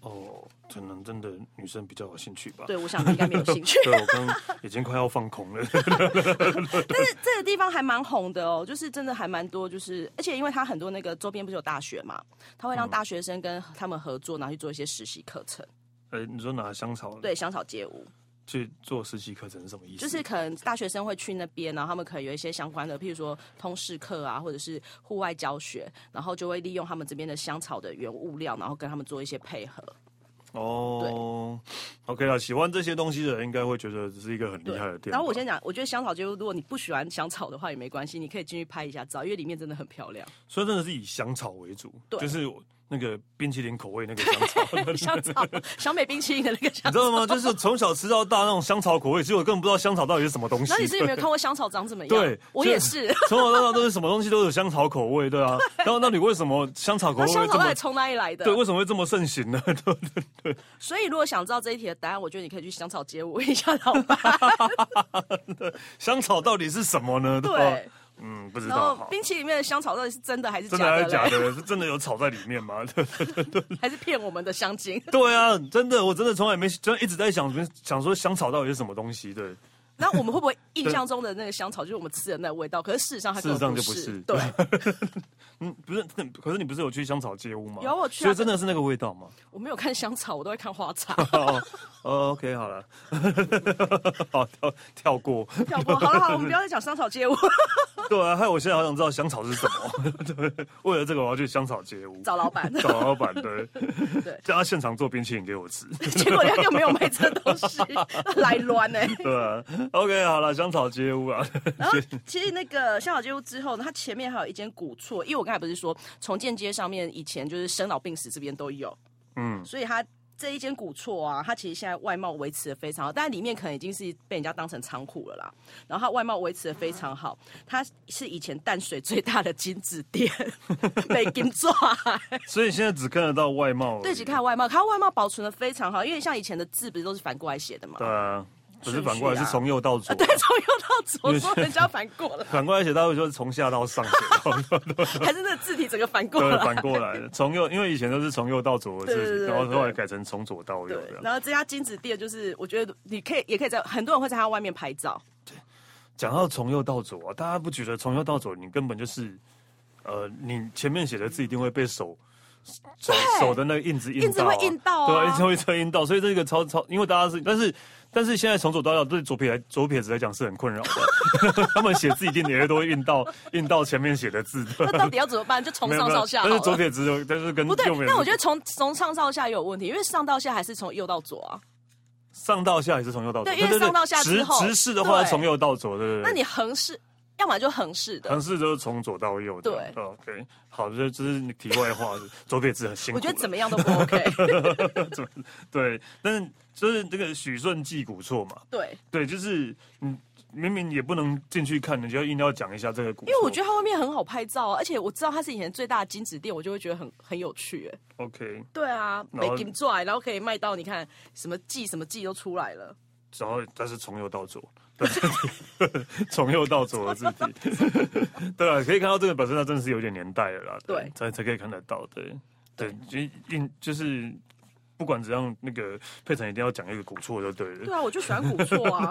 Speaker 1: 哦，可能真的女生比较有兴趣吧。
Speaker 3: 对我想你应该没有兴趣。
Speaker 1: 对，我刚已经快要放空了。
Speaker 3: 这个地方还蛮红的哦，就是真的还蛮多，就是而且因为它很多那个周边不是有大学嘛，它会让
Speaker 1: 嗯
Speaker 3: 大学生跟他们合作，然后去做一些实习课程。
Speaker 1: 呃，你说拿香草
Speaker 3: 对，香草街舞
Speaker 1: 去做实习课程是什么意思？
Speaker 3: 就是可能大学生会去那边，然后他们可能有一些相关的，譬如说通识课啊，或者是户外教学，然后就会利用他们这边的香草的原物料，然后跟他们做一些配合。
Speaker 1: 哦，OK 啦，喜欢这些东西的人应该会觉得这是一个很厉害的店吧。
Speaker 3: 然后我先讲，我觉得香草街舞，如果你不喜欢香草的话也没关系，你可以进去拍一下照，因为里面真的很 漂亮。
Speaker 1: 所以真的是以香草为主，
Speaker 3: 对
Speaker 1: 就是那个冰淇淋口味那个香 草。
Speaker 3: 香草小美冰淇淋的那个
Speaker 1: 你
Speaker 3: 香
Speaker 1: 知道吗？就是从小吃到大那种香草口味，其实我根本不知道香草到底是什么 东西。
Speaker 3: 然后你是有没有看过香草长怎么样？
Speaker 1: 对
Speaker 3: 我
Speaker 1: 就
Speaker 3: 也 是。
Speaker 1: 从小到大都是什么东西都有香草口味，对啊。然后到底为什么香草口
Speaker 3: 那
Speaker 1: 味
Speaker 3: 香
Speaker 1: 会
Speaker 3: 草
Speaker 1: 这
Speaker 3: 到
Speaker 1: 么
Speaker 3: 底从哪里来的？
Speaker 1: 对？为什么会这么盛行呢？对
Speaker 3: 所以如果想知道这一题的答案，我觉得你可以去香草街舞一下老 板。
Speaker 1: 香草到底是什么呢？吧
Speaker 3: 对，
Speaker 1: 嗯，不知
Speaker 3: 然
Speaker 1: 道。
Speaker 3: 后
Speaker 1: 好
Speaker 3: 冰淇淋里面的香草到底是真的还是假
Speaker 1: 真的还
Speaker 3: 的
Speaker 1: 是
Speaker 3: 嘞？
Speaker 1: 假的？是真的有草在里面吗？对
Speaker 3: 还是骗我们的香精？
Speaker 1: 对啊，真的，我真的从来没，真的一直在想，想说香草到底是什么东西？对，
Speaker 3: 那我们会不会印象中的那个香草就是我们吃的那味道？可是事实上它根
Speaker 1: 事实上
Speaker 3: 本
Speaker 1: 就不
Speaker 3: 不
Speaker 1: 是
Speaker 3: 对，
Speaker 1: 嗯，不是，那可是你不是有去香草街屋吗？
Speaker 3: 有我去啊
Speaker 1: 所以真的是那个味道吗？
Speaker 3: 我没有看香草，我都会看花茶。
Speaker 1: 哦哦，OK，好了， 好跳跳过。
Speaker 3: 要不好了好了，我们不要再讲香草街舞，
Speaker 1: 对啊，害我现在好想知道香草是什么。 对，为了这个我要去香草街屋
Speaker 3: 找老板。
Speaker 1: 找老板，对，
Speaker 3: 对
Speaker 1: 叫他现场做冰淇淋给我吃。
Speaker 3: 结果人家又没有卖这东西， 来乱欸呢、
Speaker 1: 对啊，OK，好了，香草街屋啊，
Speaker 3: 然后其实那个香草街屋之后呢，它前面还有一间古厝，因为我刚才不是说重建街上面以前就是生老病死这边都有，
Speaker 1: 嗯，
Speaker 3: 所以它这一间古厝啊，它其实现在外貌维持的非常好，但里面可能已经是被人家当成仓库了啦。然后它外貌维持的非常好，它是以前淡水最大的金子店，被金抓。
Speaker 1: 所以现在只看得到外貌而已，
Speaker 3: 对，只看外貌，它外貌保存的非常好，因为像以前的字不是都是反过来写的嘛？
Speaker 1: 对啊，不是
Speaker 3: 顺序
Speaker 1: 反过来
Speaker 3: 啊
Speaker 1: 是从右到左，，
Speaker 3: 对，从右到左说人家反过了
Speaker 1: 反过来写他会说是从下到上 写，
Speaker 3: 还是那个字体整个反过
Speaker 1: 对，
Speaker 3: 来。
Speaker 1: 反过来的，从右，因为以前都是从右到左的
Speaker 3: 对对
Speaker 1: 事情，
Speaker 3: 对
Speaker 1: 然后
Speaker 3: 对
Speaker 1: 后来改成从左到右
Speaker 3: 对
Speaker 1: 这，样。
Speaker 3: 然后这家金子店就是，我觉得你可以，也可以在很多人会在它外面拍 照，
Speaker 1: 讲到从右到左啊，大家不觉得从右到左你根本就是，呃，你前面写的字一定会被手。手手的那个印子印到、啊，
Speaker 3: 印子会印到啊
Speaker 1: 对印子会车印到，所以这个超超，因为大家是，但是但是现在从左到右对左撇来左撇子来讲是很困扰的， 他们写字一定也都会印到印到前面写的字的，
Speaker 3: 那到底要怎么办？就从
Speaker 1: 没有
Speaker 3: 上
Speaker 1: 没有
Speaker 3: 到下好
Speaker 1: 但
Speaker 3: 了。
Speaker 1: 是左撇子就但是跟
Speaker 3: 不对
Speaker 1: 右撇，子，
Speaker 3: 但我觉得从从上到下也有问题，因为上到下还是从右到左啊。
Speaker 1: 上到下也是从右到左，
Speaker 3: 对因为上到下之
Speaker 1: 直
Speaker 3: 后
Speaker 1: 直视的话
Speaker 3: 对
Speaker 1: 从右到左，对对对。
Speaker 3: 那你横式，要么就横式的
Speaker 1: 横。式就是从左到右的。
Speaker 3: 对
Speaker 1: 哦，OK，好，这这是题外话， 左撇子很辛苦。
Speaker 3: 我觉得怎么样都不 OK，
Speaker 1: 对，但是就是这个许顺记古错嘛，
Speaker 3: 对，
Speaker 1: 对，就是你明明也不能进去看，你就要硬要讲一下这个古错。
Speaker 3: 因为我觉得它外面很好拍照啊，而且我知道它是以前最大的金子店，我就会觉得很很有趣、哎，
Speaker 1: 得 OK，
Speaker 3: 对啊，
Speaker 1: 然后
Speaker 3: 没金出来，然后可以卖到你看什么季什么季都出来了，
Speaker 1: 然后但是从右到左。 的字体从右到左的字体， 对啊，可以看到这个本身它真的是有点年代了啦，
Speaker 3: 对
Speaker 1: 才才可以看得到，对，对，就硬就是不管怎样，那个佩晨一定要讲一个古错就对
Speaker 3: 对
Speaker 1: 了，
Speaker 3: 啊，我就喜欢古厝 啊，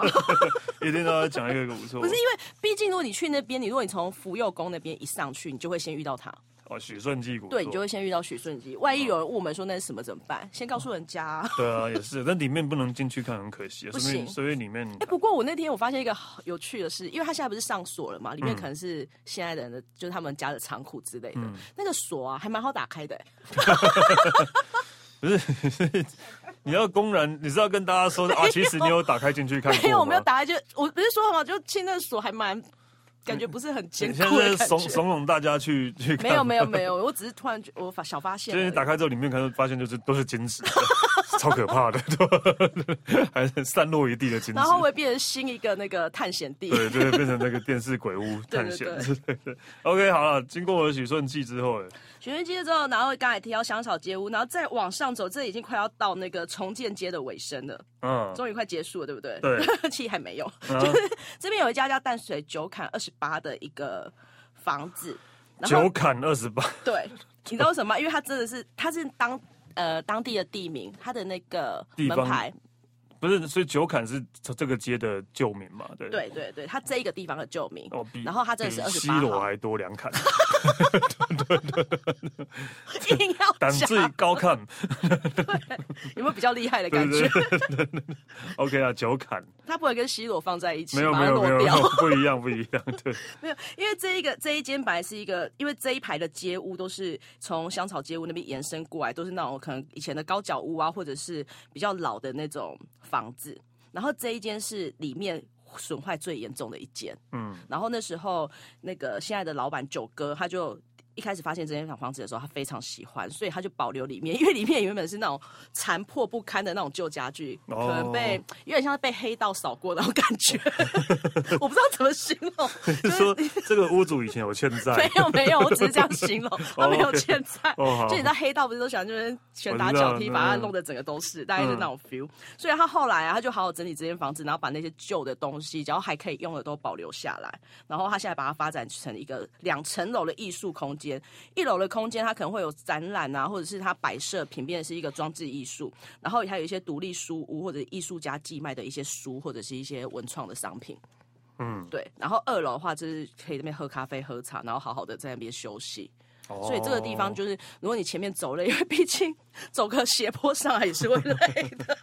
Speaker 1: 一定要讲一个古错，
Speaker 3: 不是因为毕竟如果你去那边，你如果你从福佑宫那边一上去，你就会先遇到他，
Speaker 1: 哦，许顺记古错，
Speaker 3: 对你就会先遇到许顺基，万一有人问我们说那是什么怎么办？先告诉人家啊、
Speaker 1: 对啊，也是，但里面不能进去看，很可惜啊。
Speaker 3: 不
Speaker 1: 所以
Speaker 3: 行
Speaker 1: 所以里面
Speaker 3: 哎、不过我那天我发现一个好有趣的事，因为它现在不是上锁了嘛，里面可能是
Speaker 1: 嗯
Speaker 3: 现在的人的，就是他们家的仓库之类的，那个锁啊还蛮好打开的、哎
Speaker 1: 不是你要公然，你是要跟大家说啊，其实你有打开进 去看过吗？
Speaker 3: 没有，我没有打开就，我不是说嘛，就进那个锁还蛮感觉不是很
Speaker 1: 你
Speaker 3: 艰
Speaker 1: 现
Speaker 3: 苦
Speaker 1: 在
Speaker 3: 的
Speaker 1: 在
Speaker 3: 感
Speaker 1: 怂
Speaker 3: 觉。
Speaker 1: 怂恿大家去去看，
Speaker 3: 没有没有没有，我只是突然觉我发小发现
Speaker 1: 就
Speaker 3: 而已，
Speaker 1: 是打开之后，里面看到发现就是都是金 子，超可怕的，对吧？ 还是散落一地的金子
Speaker 3: 然。后会变成新一个那个探险地。
Speaker 1: 对，就会变成那个电视鬼屋
Speaker 3: 对
Speaker 1: 探
Speaker 3: 对
Speaker 1: 险。
Speaker 3: 对
Speaker 1: 对对对 OK，好了，经过我的许顺记之后，哎
Speaker 3: 学院街之后，然后刚才提到香草街屋，然后再往上走，这已经快要到那个重建街的尾声了，
Speaker 1: 嗯，
Speaker 3: 终于快结束了，对不对？
Speaker 1: 对， 嗯
Speaker 3: 其实还没有。
Speaker 1: 然后
Speaker 3: 这边有一家叫淡水九坎二十八的一个房子，然后
Speaker 1: 九砍二十八，
Speaker 3: 对，你知道为什么吗？因为它真的是，它是当呃当地的地名，它的那个
Speaker 1: 地
Speaker 3: 门
Speaker 1: 方
Speaker 3: 牌，
Speaker 1: 不是，所以九砍是这个街的旧名嘛？对。
Speaker 3: 对对对，它这一个地方的旧名。
Speaker 1: 哦，比
Speaker 3: 然后它真的是
Speaker 1: 比西
Speaker 3: 28
Speaker 1: 罗
Speaker 3: 号
Speaker 1: 还多两 坎，
Speaker 3: 硬要
Speaker 1: 胆最
Speaker 3: 讲，
Speaker 1: 高看，
Speaker 3: 有没有比较厉害的
Speaker 1: 对
Speaker 3: 感
Speaker 1: 不
Speaker 3: 觉？
Speaker 1: 对？OK 啊，九坎，
Speaker 3: 它不会跟西罗放在一起，
Speaker 1: 没有
Speaker 3: 马
Speaker 1: 没
Speaker 3: 上
Speaker 1: 有没
Speaker 3: 落
Speaker 1: 有
Speaker 3: 掉。，
Speaker 1: 不一样不一样，对，
Speaker 3: 没有，因为这一个这一间本来是一个，因为这一排的街屋都是从香草街屋那边延伸过来，都是那种可能以前的高脚屋啊，或者是比较老的那种房子。然后这一间是里面损坏最严重的一间。
Speaker 1: 嗯，
Speaker 3: 然后那时候那个现在的老板九哥，他就一开始发现这间小房子的时候，他非常喜欢，所以他就保留里面，因为里面原本是那种残破不堪的那种旧家具，
Speaker 1: 哦
Speaker 3: 可能被有点像是被黑道扫过的那种感觉， 我不知道怎么形容。
Speaker 1: 是说这个屋主以前有欠债
Speaker 3: 没，有没有，我只是这样 形容，他没有
Speaker 1: OK
Speaker 3: 欠债。
Speaker 1: 哦好
Speaker 3: 就你知道黑道不是都喜欢就是拳打脚踢，
Speaker 1: 我知道
Speaker 3: 把它
Speaker 1: 嗯
Speaker 3: 弄得整个都是，大概是那种 feel。所以他后来啊，他就好好整理这间房子，然后把那些旧的东西，只要还可以用的都保留下来。然后他现在把它发展成一个两层楼的艺术空间，一楼的空间它可能会有展览啊，或者是它摆设品变成是一个装置艺术，然后还有一些独立书屋或者艺术家寄卖的一些书或者是一些文创的商品。
Speaker 1: 嗯，
Speaker 3: 对，然后二楼的话就是可以那边喝咖啡、喝茶，然后好好的在那边休息。
Speaker 1: 所
Speaker 3: 所以这个地
Speaker 1: 哦
Speaker 3: 方就是，如果你前面走累，因为毕竟走个斜坡上来也是会累的，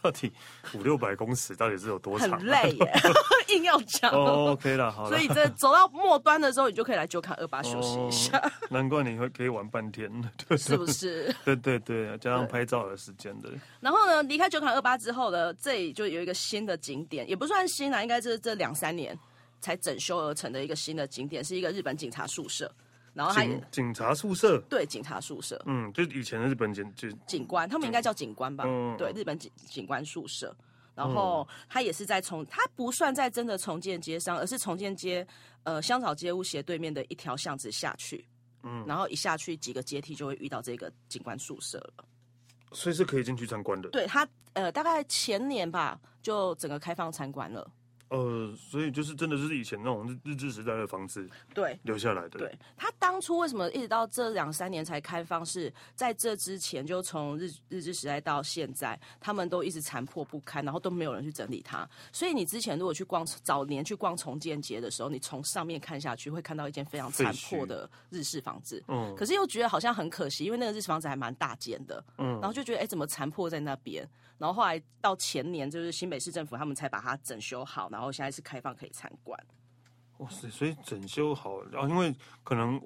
Speaker 1: 到底五六百公尺到底是有多
Speaker 3: 很
Speaker 1: 长？
Speaker 3: 累耶， 硬要讲。
Speaker 1: 哦，OK 啦，好啦
Speaker 3: 所以这走到末端的时候，你就可以来九坎二八休息一下，
Speaker 1: 哦难怪你会可以玩半天，对
Speaker 3: 是啊不是？
Speaker 1: 对对对，加上拍照的时间的，
Speaker 3: 然后呢，离开九坎二八之后呢，这里就有一个新的景点，也不算新啦、应该是这两三年才整修而成的一个新的景点，是一个日本警察宿舍。然后它也
Speaker 1: 警警察宿舍，
Speaker 3: 对警察宿舍，
Speaker 1: 嗯，就以前的日本警就
Speaker 3: 警官，他们应该叫警官吧？
Speaker 1: 嗯
Speaker 3: 对，日本警警官宿舍。然后他也是在重，他不算在真的重建街上，而是重建街呃香草街屋斜对面的一条巷子下去，嗯，然后一下去几个阶梯就会遇到这个警官宿舍了。
Speaker 1: 所以是可以进去参观的，
Speaker 3: 对他呃，大概前年吧，就整个开放参观了。
Speaker 1: 呃，所以就是真的就是以前那种日日治时代的房子
Speaker 3: 对，
Speaker 1: 留下来的，
Speaker 3: 对他当初为什么一直到这两三年才开放？是在这之前，就从日日治时代到现在，他们都一直残破不堪，然后都没有人去整理它。所以你之前如果去逛早年去逛重建节的时候，你从上面看下去，会看到一间非常残破的日式房子。
Speaker 1: 嗯
Speaker 3: 可是又觉得好像很可惜，因为那个日式房子还蛮大间的，
Speaker 1: 嗯
Speaker 3: 然后就觉得哎、怎么残破在那边？然后后来到前年，就是新北市政府他们才把它整修好，然后现在是开放可以参观。
Speaker 1: 哇塞，所以整修好，然、后因为可能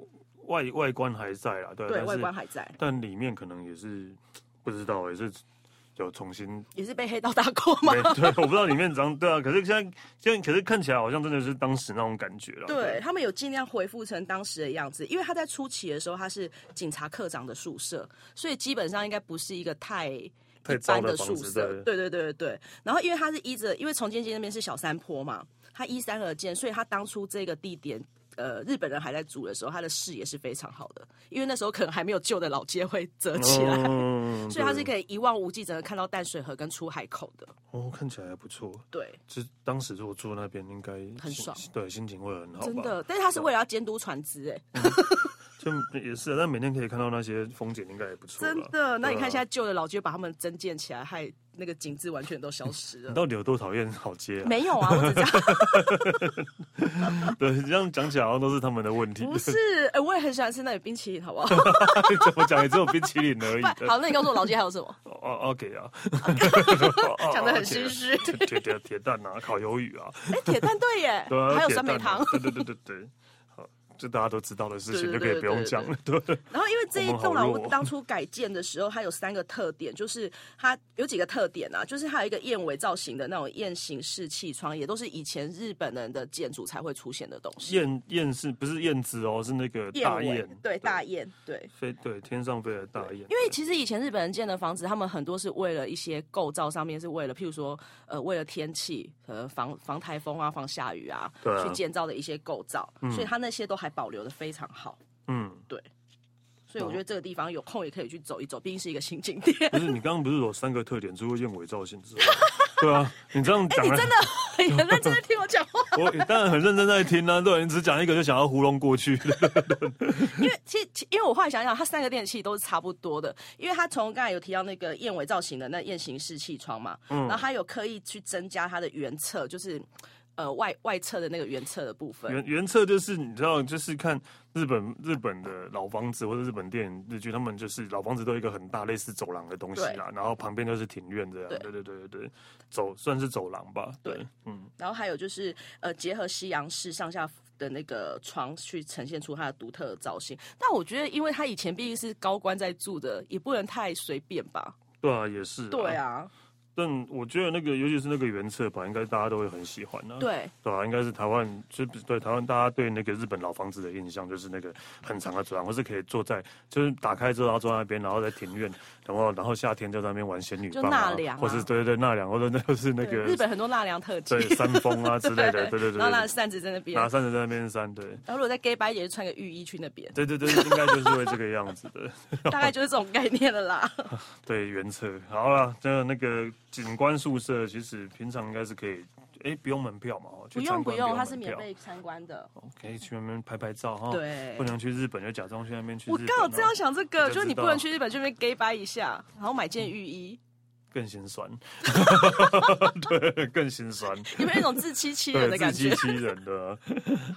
Speaker 1: 外外观还在啦，对，啊
Speaker 3: 对，
Speaker 1: 呃但
Speaker 3: 外
Speaker 1: 是
Speaker 3: 观还在。
Speaker 1: 但里面可能也是不知道，也是就重新
Speaker 3: 也是被黑道打过吗
Speaker 1: 没？对，我不知道里面怎样对啊，可是现在现在可是看起来好像真的是当时那种感觉了。
Speaker 3: 对他们有尽量恢复成当时的样子，因为他在初期的时候他是警察课长的宿舍，所以基本上应该不是一个太
Speaker 1: 太
Speaker 3: 一般
Speaker 1: 糟的
Speaker 3: 宿
Speaker 1: 房子
Speaker 3: 舍。
Speaker 1: 对
Speaker 3: 对对对对对。然后因为他是依着，因为重建街那边是小山坡嘛，他依山而建，所以他当初这个地点。呃，日本人还在住的时候，他的视野是非常好的，因为那时候可能还没有旧的老街会折起来，
Speaker 1: 嗯，
Speaker 3: 所以他
Speaker 1: 对
Speaker 3: 是可以一望无际，整个看到淡水河跟出海口的。
Speaker 1: 哦，看起来还不错。
Speaker 3: 对，
Speaker 1: 就是当时如果住那边，应该
Speaker 3: 很
Speaker 1: 心
Speaker 3: 爽，
Speaker 1: 对，心情会很好吧。
Speaker 3: 真的，但是他是为了要监督船只，哎，
Speaker 1: 就也是啊，但每天可以看到那些风景，应该也不错啦。
Speaker 3: 真的。那你
Speaker 1: 对啊
Speaker 3: 看现在旧的老街把他们增建起来，害那个景致完全都消失
Speaker 1: 你
Speaker 3: 了。
Speaker 1: 到底有多讨厌好街啊？
Speaker 3: 没有啊，我只讲
Speaker 1: 对，这样讲起来好像都是他们的问题。
Speaker 3: 不是，哎、我也很喜欢吃那里冰淇淋，好 不好？
Speaker 1: 怎么讲也只有冰淇淋而已。
Speaker 3: 不好，那你告诉我老街还有什么？
Speaker 1: 哦，OK 啊，
Speaker 3: 讲得很心虚
Speaker 1: 哦，OK 啊铁铁铁蛋啊，烤鱿鱼啊，
Speaker 3: 哎、铁蛋对耶，
Speaker 1: 对啊，
Speaker 3: 还有
Speaker 1: 铁
Speaker 3: 酸梅
Speaker 1: 蛋啊
Speaker 3: 汤。
Speaker 1: 对对对对对，好，这大家都知道的事情就
Speaker 3: 对对
Speaker 1: 可以
Speaker 3: 对
Speaker 1: 不用
Speaker 3: 对
Speaker 1: 讲了。对，
Speaker 3: 然后因为这一
Speaker 1: 我们好
Speaker 3: 栋老
Speaker 1: 弱
Speaker 3: 屋当初改建的时候，它有三个特点，就是它有几个特点啊，就是它有一个燕尾造型的那种燕形式气窗，也都是以前日本人的建筑才会出现的东西。
Speaker 1: 燕燕是不是燕子哦？是那个大
Speaker 3: 尾
Speaker 1: 雁，
Speaker 3: 对大雁，对。
Speaker 1: 飞对天上飞的大雁
Speaker 3: 因。为其实以前日本人建的房子，他们很多是为了一些构造上面是为了，譬如说，呃，为了天气，呃，防防台风啊，防下雨啊，
Speaker 1: 对啊
Speaker 3: 去建造的一些构造，所以它那些都还保留的非常好。
Speaker 1: 嗯，
Speaker 3: 所以
Speaker 1: 哦
Speaker 3: 我觉得这个地方有空也可以去走一走，毕竟是一个新景点。
Speaker 1: 不是你刚刚不是有三个特点，除了燕尾造型之外，对啊，你这样讲，
Speaker 3: 哎你真的很认真在听我讲话，
Speaker 1: 我当然很认真在听啊，对，你只讲一个就想要糊弄过去，
Speaker 3: 因为其实其因为我后来想想，它三个电器都是差不多的，因为它从刚才有提到那个燕尾造型的那燕形式气窗嘛，
Speaker 1: 嗯
Speaker 3: 然后它有刻意去增加它的原侧，就是呃外外侧的那个原侧的部分。
Speaker 1: 原原册就是你知道，就是看日本日本的老房子或者日本电影日剧，他们就是老房子都有一个很大类似走廊的东西啦，然后旁边就是庭院这样。
Speaker 3: 对
Speaker 1: 对对对对对，走算是走廊吧。对，
Speaker 3: 对
Speaker 1: 嗯，
Speaker 3: 然后还有就是呃，结合西洋式上下的那个窗，去呈现出它的独特的造型。但我觉得，因为它以前毕竟是高官在住的，也不能太随便吧？
Speaker 1: 对啊，也是。
Speaker 3: 对。啊，
Speaker 1: 但我觉得那个，尤其是那个原册吧，应该大家都会很喜欢啊。。
Speaker 3: 对
Speaker 1: 对啊，应该是台湾，就对台湾大家对那个日本老房子的印象就是那个很长的走廊，或是可以坐在，就是打开之后然后坐在那边，然后在庭院，然后然后夏天就在那边玩仙女
Speaker 3: 就
Speaker 1: 棒、啊，
Speaker 3: 纳凉啊
Speaker 1: 或是对对对纳凉，或者那就是那
Speaker 3: 对
Speaker 1: 个
Speaker 3: 日本很多纳凉特技
Speaker 1: 对，山峰 啊之类的，对对对
Speaker 3: 然后拿着
Speaker 1: 对，
Speaker 3: 扇子在那边，
Speaker 1: 拿扇子在那边扇，对，
Speaker 3: 然后如果在 gay 白也是穿个浴衣去那 边，
Speaker 1: 对对对，应该就是会这个样子的，
Speaker 3: 大概就是这种概念了 啦。
Speaker 1: 对，原车。好了，这那个景观宿舍其实平常应该是可以，哎，不用门票嘛，哦
Speaker 3: 不
Speaker 1: 去
Speaker 3: 用
Speaker 1: 参观
Speaker 3: 不
Speaker 1: 用
Speaker 3: 用，
Speaker 1: 门
Speaker 3: 它是免
Speaker 1: 票，
Speaker 3: 费参观的。
Speaker 1: 可以去那边拍拍照哈。
Speaker 3: 对
Speaker 1: 哦不能去日本就假装去那边去日
Speaker 3: 我
Speaker 1: 本哦。
Speaker 3: 刚好这样想这
Speaker 1: 我
Speaker 3: 个，
Speaker 1: 就
Speaker 3: 就是你
Speaker 1: 知
Speaker 3: 不
Speaker 1: 道
Speaker 3: 能去日本这边 gay 白一下，然后买件 浴衣，
Speaker 1: 更心 酸，对，更心酸。
Speaker 3: 有没有一种自欺欺人
Speaker 1: 对，
Speaker 3: 的
Speaker 1: 自
Speaker 3: 感
Speaker 1: 欺
Speaker 3: 觉？
Speaker 1: 欺人的。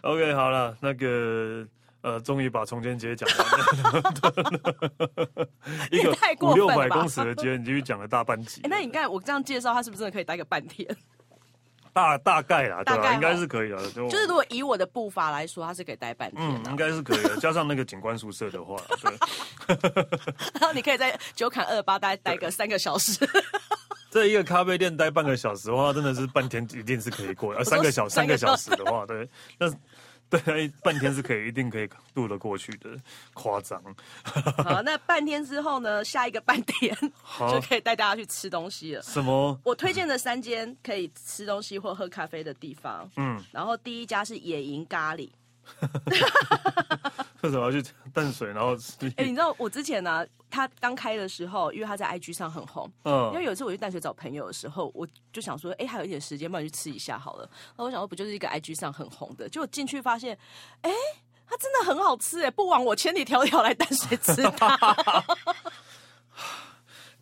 Speaker 1: OK，好了，那个呃，终于把重建街讲完了，一
Speaker 3: 你也太
Speaker 1: 五
Speaker 3: 过分
Speaker 1: 六
Speaker 3: 了吧
Speaker 1: 百公尺的街，你就讲了大半集
Speaker 3: 哎，，那你看我这样介绍，他是不是真的可以待个半天？
Speaker 1: 大大概啦，对
Speaker 3: 大
Speaker 1: 吧？
Speaker 3: 概
Speaker 1: 应该
Speaker 3: 哦
Speaker 1: 是可以的，就
Speaker 3: 就是如果以我的步伐来说，他是可以待半天
Speaker 1: 嗯，
Speaker 3: 的
Speaker 1: 应。该是可以的，加上那个景观宿舍的话，对，
Speaker 3: 然后你可以在九坎二八待待个三个小 时，
Speaker 1: 这一个咖啡店待半个小时的话，真的是半天一定是可以 过的，呃，三个小三
Speaker 3: 三
Speaker 1: 个
Speaker 3: 个
Speaker 1: 小
Speaker 3: 小
Speaker 1: 时的话，对，那。对，半天是可以，一定可以渡得过去的，夸张。
Speaker 3: 好，那半天之后呢，下一个半天
Speaker 1: 好
Speaker 3: 就可以带大家去吃东西了。
Speaker 1: 什么？
Speaker 3: 我推荐的三间可以吃东西或喝咖啡的地方，
Speaker 1: 嗯，
Speaker 3: 然后第一家是野营咖喱。
Speaker 1: 为什么要去淡水？然后吃？
Speaker 3: 哎、你知道我之前呢、他刚开的时候，因为他在 IG 上很红，
Speaker 1: 嗯
Speaker 3: 因为有一次我去淡水找朋友的时候，我就想说，哎、还有一点时间，不然去吃一下好了。然后我想说，不就是一个 IG 上很红的，结果进去发现，哎、它真的很好吃哎、不枉我千里迢迢来淡水吃它。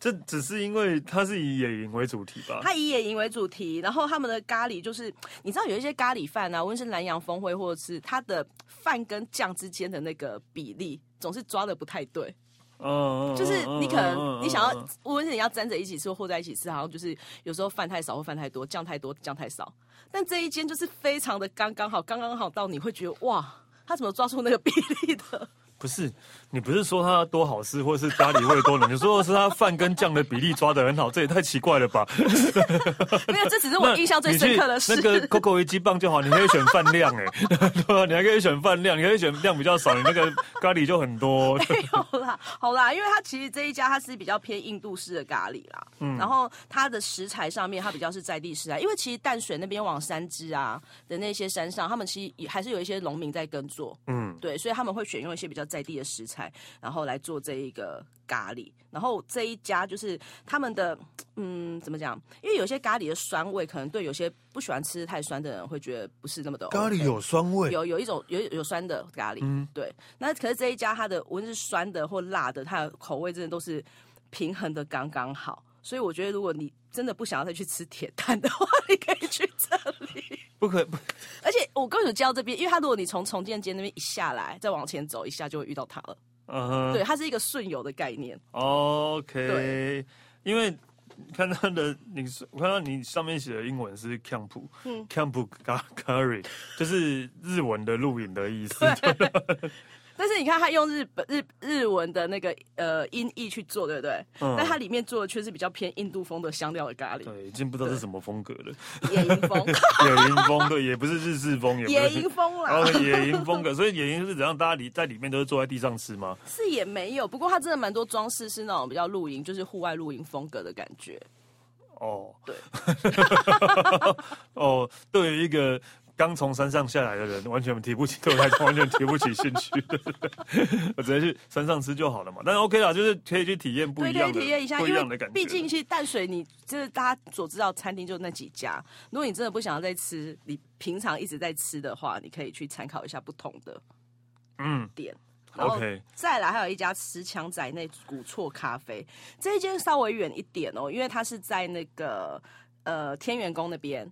Speaker 1: 这只是因为它是以野营为主题吧？
Speaker 3: 它以野营为主题，然后他们的咖喱就是，你知道有一些咖喱饭啊，无论是南洋风味或者是它的饭跟酱之间的那个比例，总是抓的不太对。
Speaker 1: 嗯，嗯
Speaker 3: 就是你可能你想要
Speaker 1: 嗯嗯嗯嗯，
Speaker 3: 无论是你要沾着一起吃或和在一起吃，好像就是有时候饭太少或饭太多，酱太多酱太少。但这一间就是非常的刚刚好，刚刚好到你会觉得哇，他怎么抓住那个比例的？
Speaker 1: 不是，你不是说他多好吃，或是咖喱味多浓？你说的是他饭跟酱的比例抓得很好，这也太奇怪了吧？
Speaker 3: 没有，这只是我印象最深刻的事。
Speaker 1: 那你去那个 Coco 一鸡棒就好，你可以选饭量哎， 对啊，你还可以选饭量，你可以选量比较少，你那个咖喱就很 多。
Speaker 3: 没有啦，好啦，因为它其实这一家它是比较偏印度式的咖喱啦，
Speaker 1: 嗯
Speaker 3: 然后它的食材上面它比较是在地食材，因为其实淡水那边往山支啊的那些山上，他们其实也还是有一些农民在耕作，
Speaker 1: 嗯，
Speaker 3: 对，所以他们会选用一些比较在地的食材，然后来做这一个咖喱。然后这一家就是他们的，嗯，怎么讲？因为有些咖喱的酸味，可能对有些不喜欢吃太酸的人会觉得不是那么的、
Speaker 1: 咖喱。有酸味，嗯
Speaker 3: 有有一种有有酸的咖喱，对。那可是这一家它的无论是酸的或辣的，它的口味真的都是平衡的刚刚好。所以我觉得，如果你真的不想要再去吃铁蛋的话， 你可以去这里。
Speaker 1: 不可不
Speaker 3: 而且我跟你介绍这边，因为它如果你从重建街那边一下来，再往前走一下，就会遇到它了。
Speaker 1: 嗯哼
Speaker 3: 对，它是一个顺游的概念。
Speaker 1: OK，
Speaker 3: 对
Speaker 1: 因为看他的你是，我看到你上面写的英文是 camp，嗯，camp curry，就是日文的录影的意思。
Speaker 3: 但是你看，它用日本日日文的那个呃音译去做，对不对？
Speaker 1: 嗯
Speaker 3: 但它里面做的却是比较偏印度风的香料的咖喱，
Speaker 1: 对，已经不知道是什么风格了，
Speaker 3: 野营 风，
Speaker 1: 野营风对，也不是日式风，也不
Speaker 3: 野
Speaker 1: 是哦
Speaker 3: 营风啦。
Speaker 1: 然后野营风格，所以野营是怎样？大家里在里面都是坐在地上吃吗？
Speaker 3: 是也没有，不过它真的蛮多装饰是那种比较露营，就是户外露营风格的感觉。
Speaker 1: 哦，
Speaker 3: 对，
Speaker 1: 哦，对于一个刚从山上下来的人，完全提不起，对我来说完全提不起兴趣。 我直接去山上吃就好了嘛。但是 OK 啦，就是可以去体验不
Speaker 3: 对，
Speaker 1: 一
Speaker 3: 可
Speaker 1: 样
Speaker 3: 以
Speaker 1: 的、
Speaker 3: 体验一下，
Speaker 1: 不一
Speaker 3: 因
Speaker 1: 样的感
Speaker 3: 为
Speaker 1: 觉。
Speaker 3: 毕竟其实淡水你就是大家所知道餐厅就那几家，如果你真的不想要再吃，你平常一直在吃的话，你可以去参考一下不同的
Speaker 1: 嗯
Speaker 3: 店。然后
Speaker 1: ，OK，
Speaker 3: 再来还有一家石墙仔内古厝咖啡，这一间稍微远一点哦，因为它是在那个呃天元宫那边。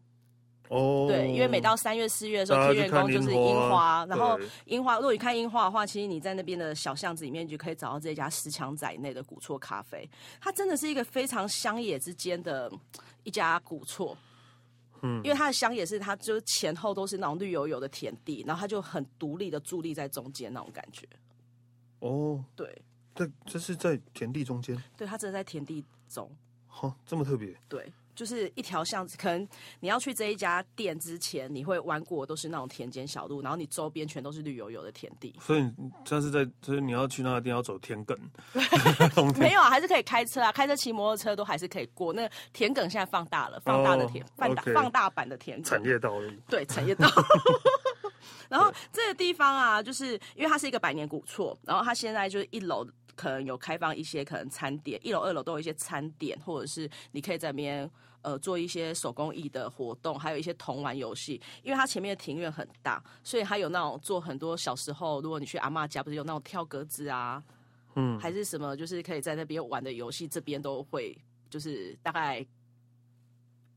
Speaker 1: 哦，
Speaker 3: 对，因为每到三月、四月的时
Speaker 1: 大家
Speaker 3: 候，天
Speaker 1: 去
Speaker 3: 元
Speaker 1: 看
Speaker 3: 宫就是
Speaker 1: 樱花啊
Speaker 3: 樱花，然后
Speaker 1: 对
Speaker 3: 樱花。如果你看樱花的话，其实你在那边的小巷子里面，你就可以找到这家石墙仔内的古厝咖啡。它真的是一个非常乡野之间的嗯一家古厝。嗯，因为它的乡野是它就前后都是那种绿油油的田地，然后它就很独立的伫立在中间那种感觉。
Speaker 1: 哦，
Speaker 3: 对，
Speaker 1: 这这是在田地中间，
Speaker 3: 对，它真的在田地中。
Speaker 1: 哈、这么特别。
Speaker 3: 对，就是一条巷子，可能你要去这一家店之前，你会弯过都是那种田间小路，然后你周边全都是绿油油的田地。
Speaker 1: 所以你下次在，所以你要去那个地方要走田埂， 从田
Speaker 3: 没有啊，还是可以开车啊，开车骑摩托车都还是可以过。那田埂现在放大了，放大的田
Speaker 1: 哦，
Speaker 3: 放大
Speaker 1: OK
Speaker 3: 放大版的田
Speaker 1: 产
Speaker 3: 埂，
Speaker 1: 业道路。
Speaker 3: 对产业 道。然后这个地方啊，就是因为它是一个百年古厝，然后它现在就是一楼可能有开放一些可能餐点，一楼、二楼都有一些餐点，或者是你可以在那边呃做一些手工艺的活动，还有一些童玩游戏。因为它前面的庭院很大，所以它有那种做很多小时候，如果你去阿嬷家，不是有那种跳格子啊，
Speaker 1: 嗯，
Speaker 3: 还是什么，就是可以在那边玩的游戏，这边都会就是大概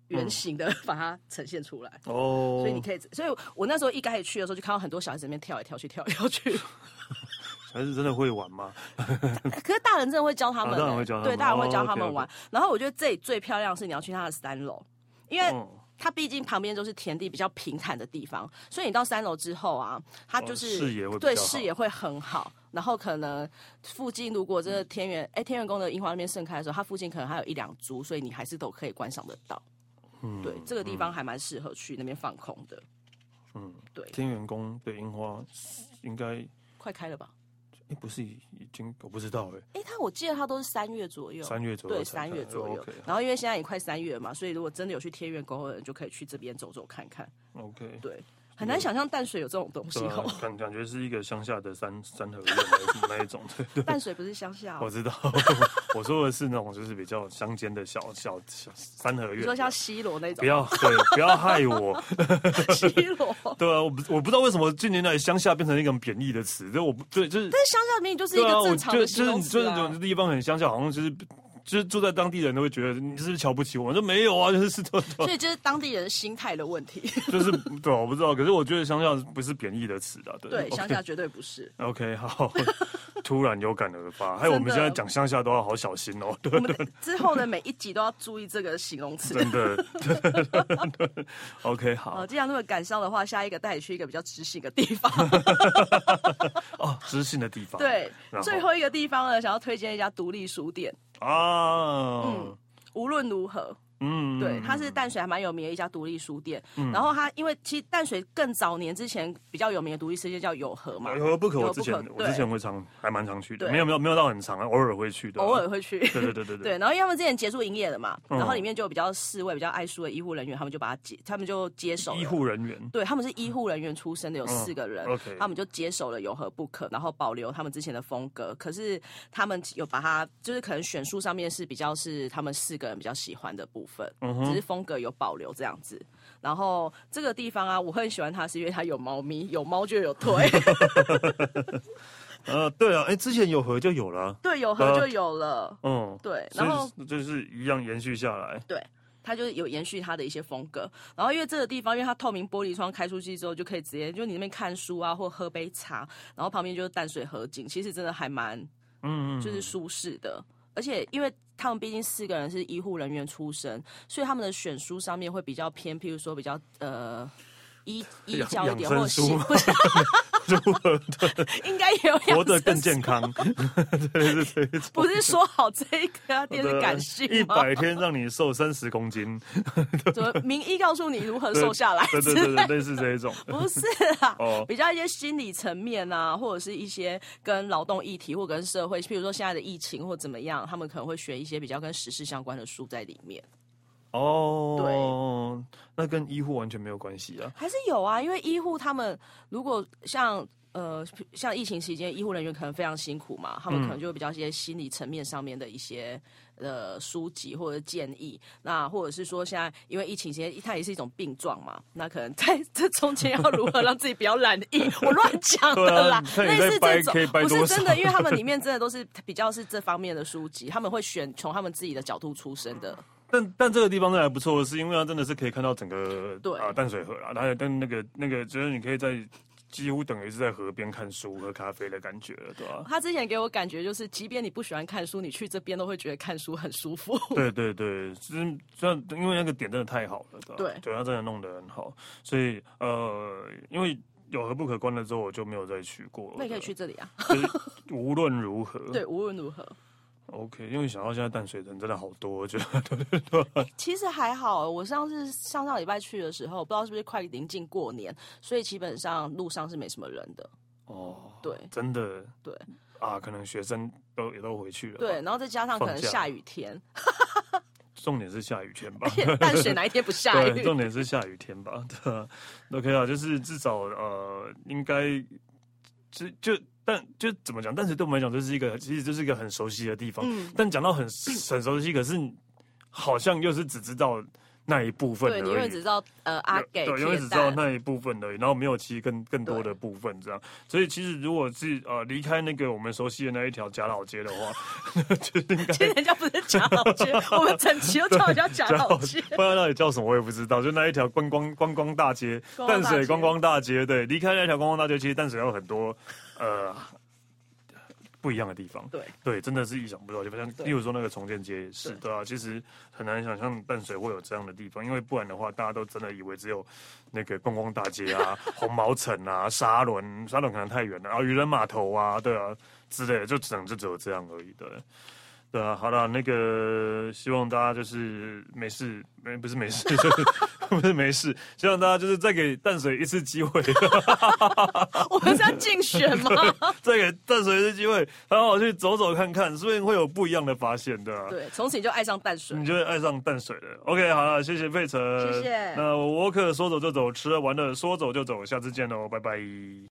Speaker 3: 圆形的 把它呈现出来。
Speaker 1: 嗯哦，
Speaker 3: 所以你可以，所以我那时候一开始去的时候，就看到很多小孩子在那边跳来跳去，跳来 跳去。
Speaker 1: 还是真的会玩吗？
Speaker 3: 可是大人真的会教他们、
Speaker 1: 啊
Speaker 3: 欸
Speaker 1: 大人会教他们
Speaker 3: 对，大人会教他
Speaker 1: 哦
Speaker 3: 们
Speaker 1: ，OK，OK
Speaker 3: 玩。然后我觉得这里最漂亮的是你要去它的三楼，因为
Speaker 1: 嗯
Speaker 3: 它毕竟旁边都是田地，比较平坦的地方，所以你到三楼之后啊，它就
Speaker 1: 哦
Speaker 3: 是、
Speaker 1: 视野会比较
Speaker 3: 对
Speaker 1: 好
Speaker 3: 视野会很好。然后可能附近如果
Speaker 1: 嗯
Speaker 3: 这个天元哎、天元宫的樱花那边盛开的时候，它附近可能还有一两株，所以你还是都可以观赏得到。
Speaker 1: 嗯
Speaker 3: 对，这个地方还蛮适合去那边放空的。
Speaker 1: 嗯，
Speaker 3: 对
Speaker 1: 天元宫的樱花应该，哎、
Speaker 3: 快开了吧？
Speaker 1: 不是已经我不知道哎、
Speaker 3: 哎，它我记得它都是三月左右，
Speaker 1: 三月左右
Speaker 3: 对，
Speaker 1: 才
Speaker 3: 三月
Speaker 1: 开
Speaker 3: 左右
Speaker 1: OK。
Speaker 3: 然后因为现在也快三月嘛，所以如果真的有去天元宫的人，就可以去这边走走看看。
Speaker 1: o k
Speaker 3: 对，很难想象淡水有这种东西
Speaker 1: 对啊
Speaker 3: 哦。
Speaker 1: 感感觉是一个乡下的三三合院那一那一种，对对，
Speaker 3: 淡水不是乡 下、
Speaker 1: 我
Speaker 3: 哦，
Speaker 1: 知道，我说的是那种就是比较乡间的小小小三合
Speaker 3: 你
Speaker 1: 院
Speaker 3: 说，像西罗那种
Speaker 1: 不，要对，不要害我，
Speaker 3: 西罗。
Speaker 1: 对啊，我不我不知道为什么近年来乡下变成一个很贬义的词，这我不对，就是
Speaker 3: 但是乡下明明就是一
Speaker 1: 对
Speaker 3: 个
Speaker 1: 啊，我
Speaker 3: 正常
Speaker 1: 就
Speaker 3: 的
Speaker 1: 就是
Speaker 3: 形
Speaker 1: 你
Speaker 3: 容
Speaker 1: 就是
Speaker 3: 词
Speaker 1: 这
Speaker 3: 啊
Speaker 1: 种。地方很乡下，好像就是就是住在当地人都会觉得你是不是瞧不起我？我说没有啊，就是对对
Speaker 3: 所以这是当地人心态的问 题，
Speaker 1: 就是对啊，我不知道。可是我觉得乡下不是贬义的词的，对
Speaker 3: 对，乡下
Speaker 1: OK
Speaker 3: 绝对不是。
Speaker 1: OK 好，突然有感而发，还有我们现在讲乡下都要好小心哦， 对
Speaker 3: 我们的之后的每一集都要注意这个形容词。
Speaker 1: 真的。OK，好
Speaker 3: 哦，既然那么感伤的话，下一个带你去一个比较知性的地 方。
Speaker 1: 哦，知性的地方。
Speaker 3: 对
Speaker 1: 然，后
Speaker 3: 最后一个地方呢，想要推荐一家独立书店。
Speaker 1: 啊，
Speaker 3: 无论如何，
Speaker 1: 嗯
Speaker 3: 嗯对，它是淡水还蛮有名的一家独立书店。然后它因为其实淡水更早年之前比较有名的独立书店叫友和嘛，
Speaker 1: 有何不可？我之前
Speaker 3: 有何不可
Speaker 1: 我之前啊会常还蛮常去的，
Speaker 3: 对
Speaker 1: 没有没有没有到很长，偶尔会去的。啊
Speaker 3: 偶尔会去。
Speaker 1: 对。对对对对。
Speaker 3: 对，然后因为他们之前结束营业了嘛，
Speaker 1: 嗯
Speaker 3: 然后里面就有比较侍卫、比较爱书的医护人员，他们就把它接，他们就接手了
Speaker 1: 医护人员
Speaker 3: 对，他们是医护人员出身的，有四个人，
Speaker 1: OK
Speaker 3: 他们就接手了有何不可，然后保留他们之前的风格。可是他们有把它，就是可能选书上面是比较是他们四个人比较喜欢的部分，
Speaker 1: 嗯
Speaker 3: 只是风格有保留这样子。然后这个地方啊，我很喜欢它，是因为它有猫咪，有猫就有腿，
Speaker 1: 呃，对啊，哎，之前有河就有了，啊
Speaker 3: 对，有河就有了，
Speaker 1: 嗯，
Speaker 3: 对，
Speaker 1: 所
Speaker 3: 然后
Speaker 1: 以就是一样延续下 来，
Speaker 3: 对，它就是有延续它的一些风格。然后因为这个地方，因为它透明玻璃窗开出去之后，就可以直接就你那边看书啊，或喝杯茶，然后旁边就是淡水河景，其实真的还蛮
Speaker 1: 嗯，
Speaker 3: 就是舒适的。而且因为他们毕竟四个人是医护人员出身，所以他们的选书上面会比较偏，譬如说比较呃。医医
Speaker 1: 养
Speaker 3: 教一点，
Speaker 1: 养
Speaker 3: 或
Speaker 1: 生
Speaker 3: 者
Speaker 1: 书
Speaker 3: 是
Speaker 1: 吗
Speaker 3: 不是
Speaker 1: 如何
Speaker 3: 应该也有养
Speaker 1: 活得
Speaker 3: 生
Speaker 1: 更
Speaker 3: 书
Speaker 1: 健，康，对对对，
Speaker 3: 不是说好这一个电视感性
Speaker 1: 啊一
Speaker 3: 吗？
Speaker 1: 百天让你瘦三十公 斤，
Speaker 3: 怎么名医告诉你如何瘦下来？
Speaker 1: 对对对对，类似这一种，
Speaker 3: 不是啊，
Speaker 1: 哦
Speaker 3: 比较一些心理层面啊，或者是一些跟劳动议题或跟社会，譬如说现在的疫情或怎么样，他们可能会选一些比较跟时事相关的书在里面。
Speaker 1: 哦，那跟医护完全没有关系啊，
Speaker 3: 还是有啊，因为医护他们如果像。呃，像疫情期间，医护人员可能非常辛苦嘛，他们可能就会比较一些心理层面上面的一些呃书籍或者建议，那或者是说现在因为疫情期间，它也是一种病状嘛，那可能在这中间要如何让自己不要染疫，我乱讲的啦，
Speaker 1: 对啊你看你
Speaker 3: 类
Speaker 1: 在
Speaker 3: 似
Speaker 1: 掰
Speaker 3: 这种
Speaker 1: 可以掰
Speaker 3: 不
Speaker 1: 多
Speaker 3: 是
Speaker 1: 少
Speaker 3: 真的，因为他们里面真的都是比较是这方面的书籍，他们会选从他们自己的角度出身的，
Speaker 1: 但但这个地方真的还不错，是因为它真的是可以看到整个
Speaker 3: 对
Speaker 1: 啊、淡水河啦，然后但那个那个就是你可以在几乎等于是在河边看书喝咖啡的感觉了，对吧、
Speaker 3: 他之前给我感觉就是，即便你不喜欢看书，你去这边都会觉得看书很舒 服。
Speaker 1: 对对对，就是这样，因为那个点真的太好了，对吧
Speaker 3: 对
Speaker 1: 对，它真的弄得很好，所以呃，因为有何不可关了之后，我就没有再去过。
Speaker 3: 那你可 以去这里啊，
Speaker 1: 对，就是无论如何，
Speaker 3: 对，无论如何，
Speaker 1: ，OK，因为想到现在淡水人真的好多，我觉得
Speaker 3: 其实还好。我上次上上礼拜去的时候，不知道是不是快临近过年，所以基本上路上是没什么人的。
Speaker 1: 哦，
Speaker 3: 对
Speaker 1: 真的
Speaker 3: 对
Speaker 1: 啊，可能学生都也都回去了，
Speaker 3: 对，，然后再加上可能
Speaker 1: 哦放假
Speaker 3: 下雨天，
Speaker 1: 重点是下雨天吧。
Speaker 3: 淡水哪一天不下
Speaker 1: 对，
Speaker 3: 雨？
Speaker 1: 重点是下雨天吧？ 对啊，OK 啊，就是至少呃，应该就就但就怎么讲？但是对我们来讲，这是一个其实就是一个很熟悉的地方。
Speaker 3: 嗯
Speaker 1: 但讲到很很熟悉，可是好像又是只知道那一部分而
Speaker 3: 对，
Speaker 1: 已。
Speaker 3: 你永远只知道呃阿给
Speaker 1: 对，因为只
Speaker 3: 铁
Speaker 1: 知道
Speaker 3: 蛋，
Speaker 1: 那一部分而已，然后没有其实更更多
Speaker 3: 对
Speaker 1: 的部分这样。所以其实如果是呃离开那个我们熟悉的那一条贾老街的话， 就应该
Speaker 3: 其实人家不是假老街， 我们整期都叫人家假老街。
Speaker 1: 不然那里叫什么我也不知道，就那一条观光观光大街，
Speaker 3: 观
Speaker 1: 淡
Speaker 3: 光大
Speaker 1: 水
Speaker 3: 街
Speaker 1: 观光大街，对，离开那条观光大街，其实淡水还有很多呃不一样的地方。
Speaker 3: 对
Speaker 1: 对，真的是意想不到，就像
Speaker 3: 对
Speaker 1: 例如说那个重建街也是，
Speaker 3: 对
Speaker 1: 对啊，其实很难想象淡水会有这样的地方，因为不然的话，大家都真的以为只有那个观光大街 啊、红毛城啊、沙仑，沙仑可能太远了，啊，渔人码头啊，对啊之类的，就只能就只有这样而已，对。对啊，好了，那个希望大家就是没事，没不是没事， 就是不是没事，希望大家就是再给淡水一次机会，
Speaker 3: 我们是要竞选 吗？
Speaker 1: 再给淡水一次机会，好好去走走看看，说不定会有不一样的发现的、
Speaker 3: 对，从此你就爱上淡水
Speaker 1: 你。就会爱上淡水了。OK，好了，谢谢费城，
Speaker 3: 谢谢
Speaker 1: 那我沃克说走就走，吃了玩了说走就走，下次见喽，拜拜。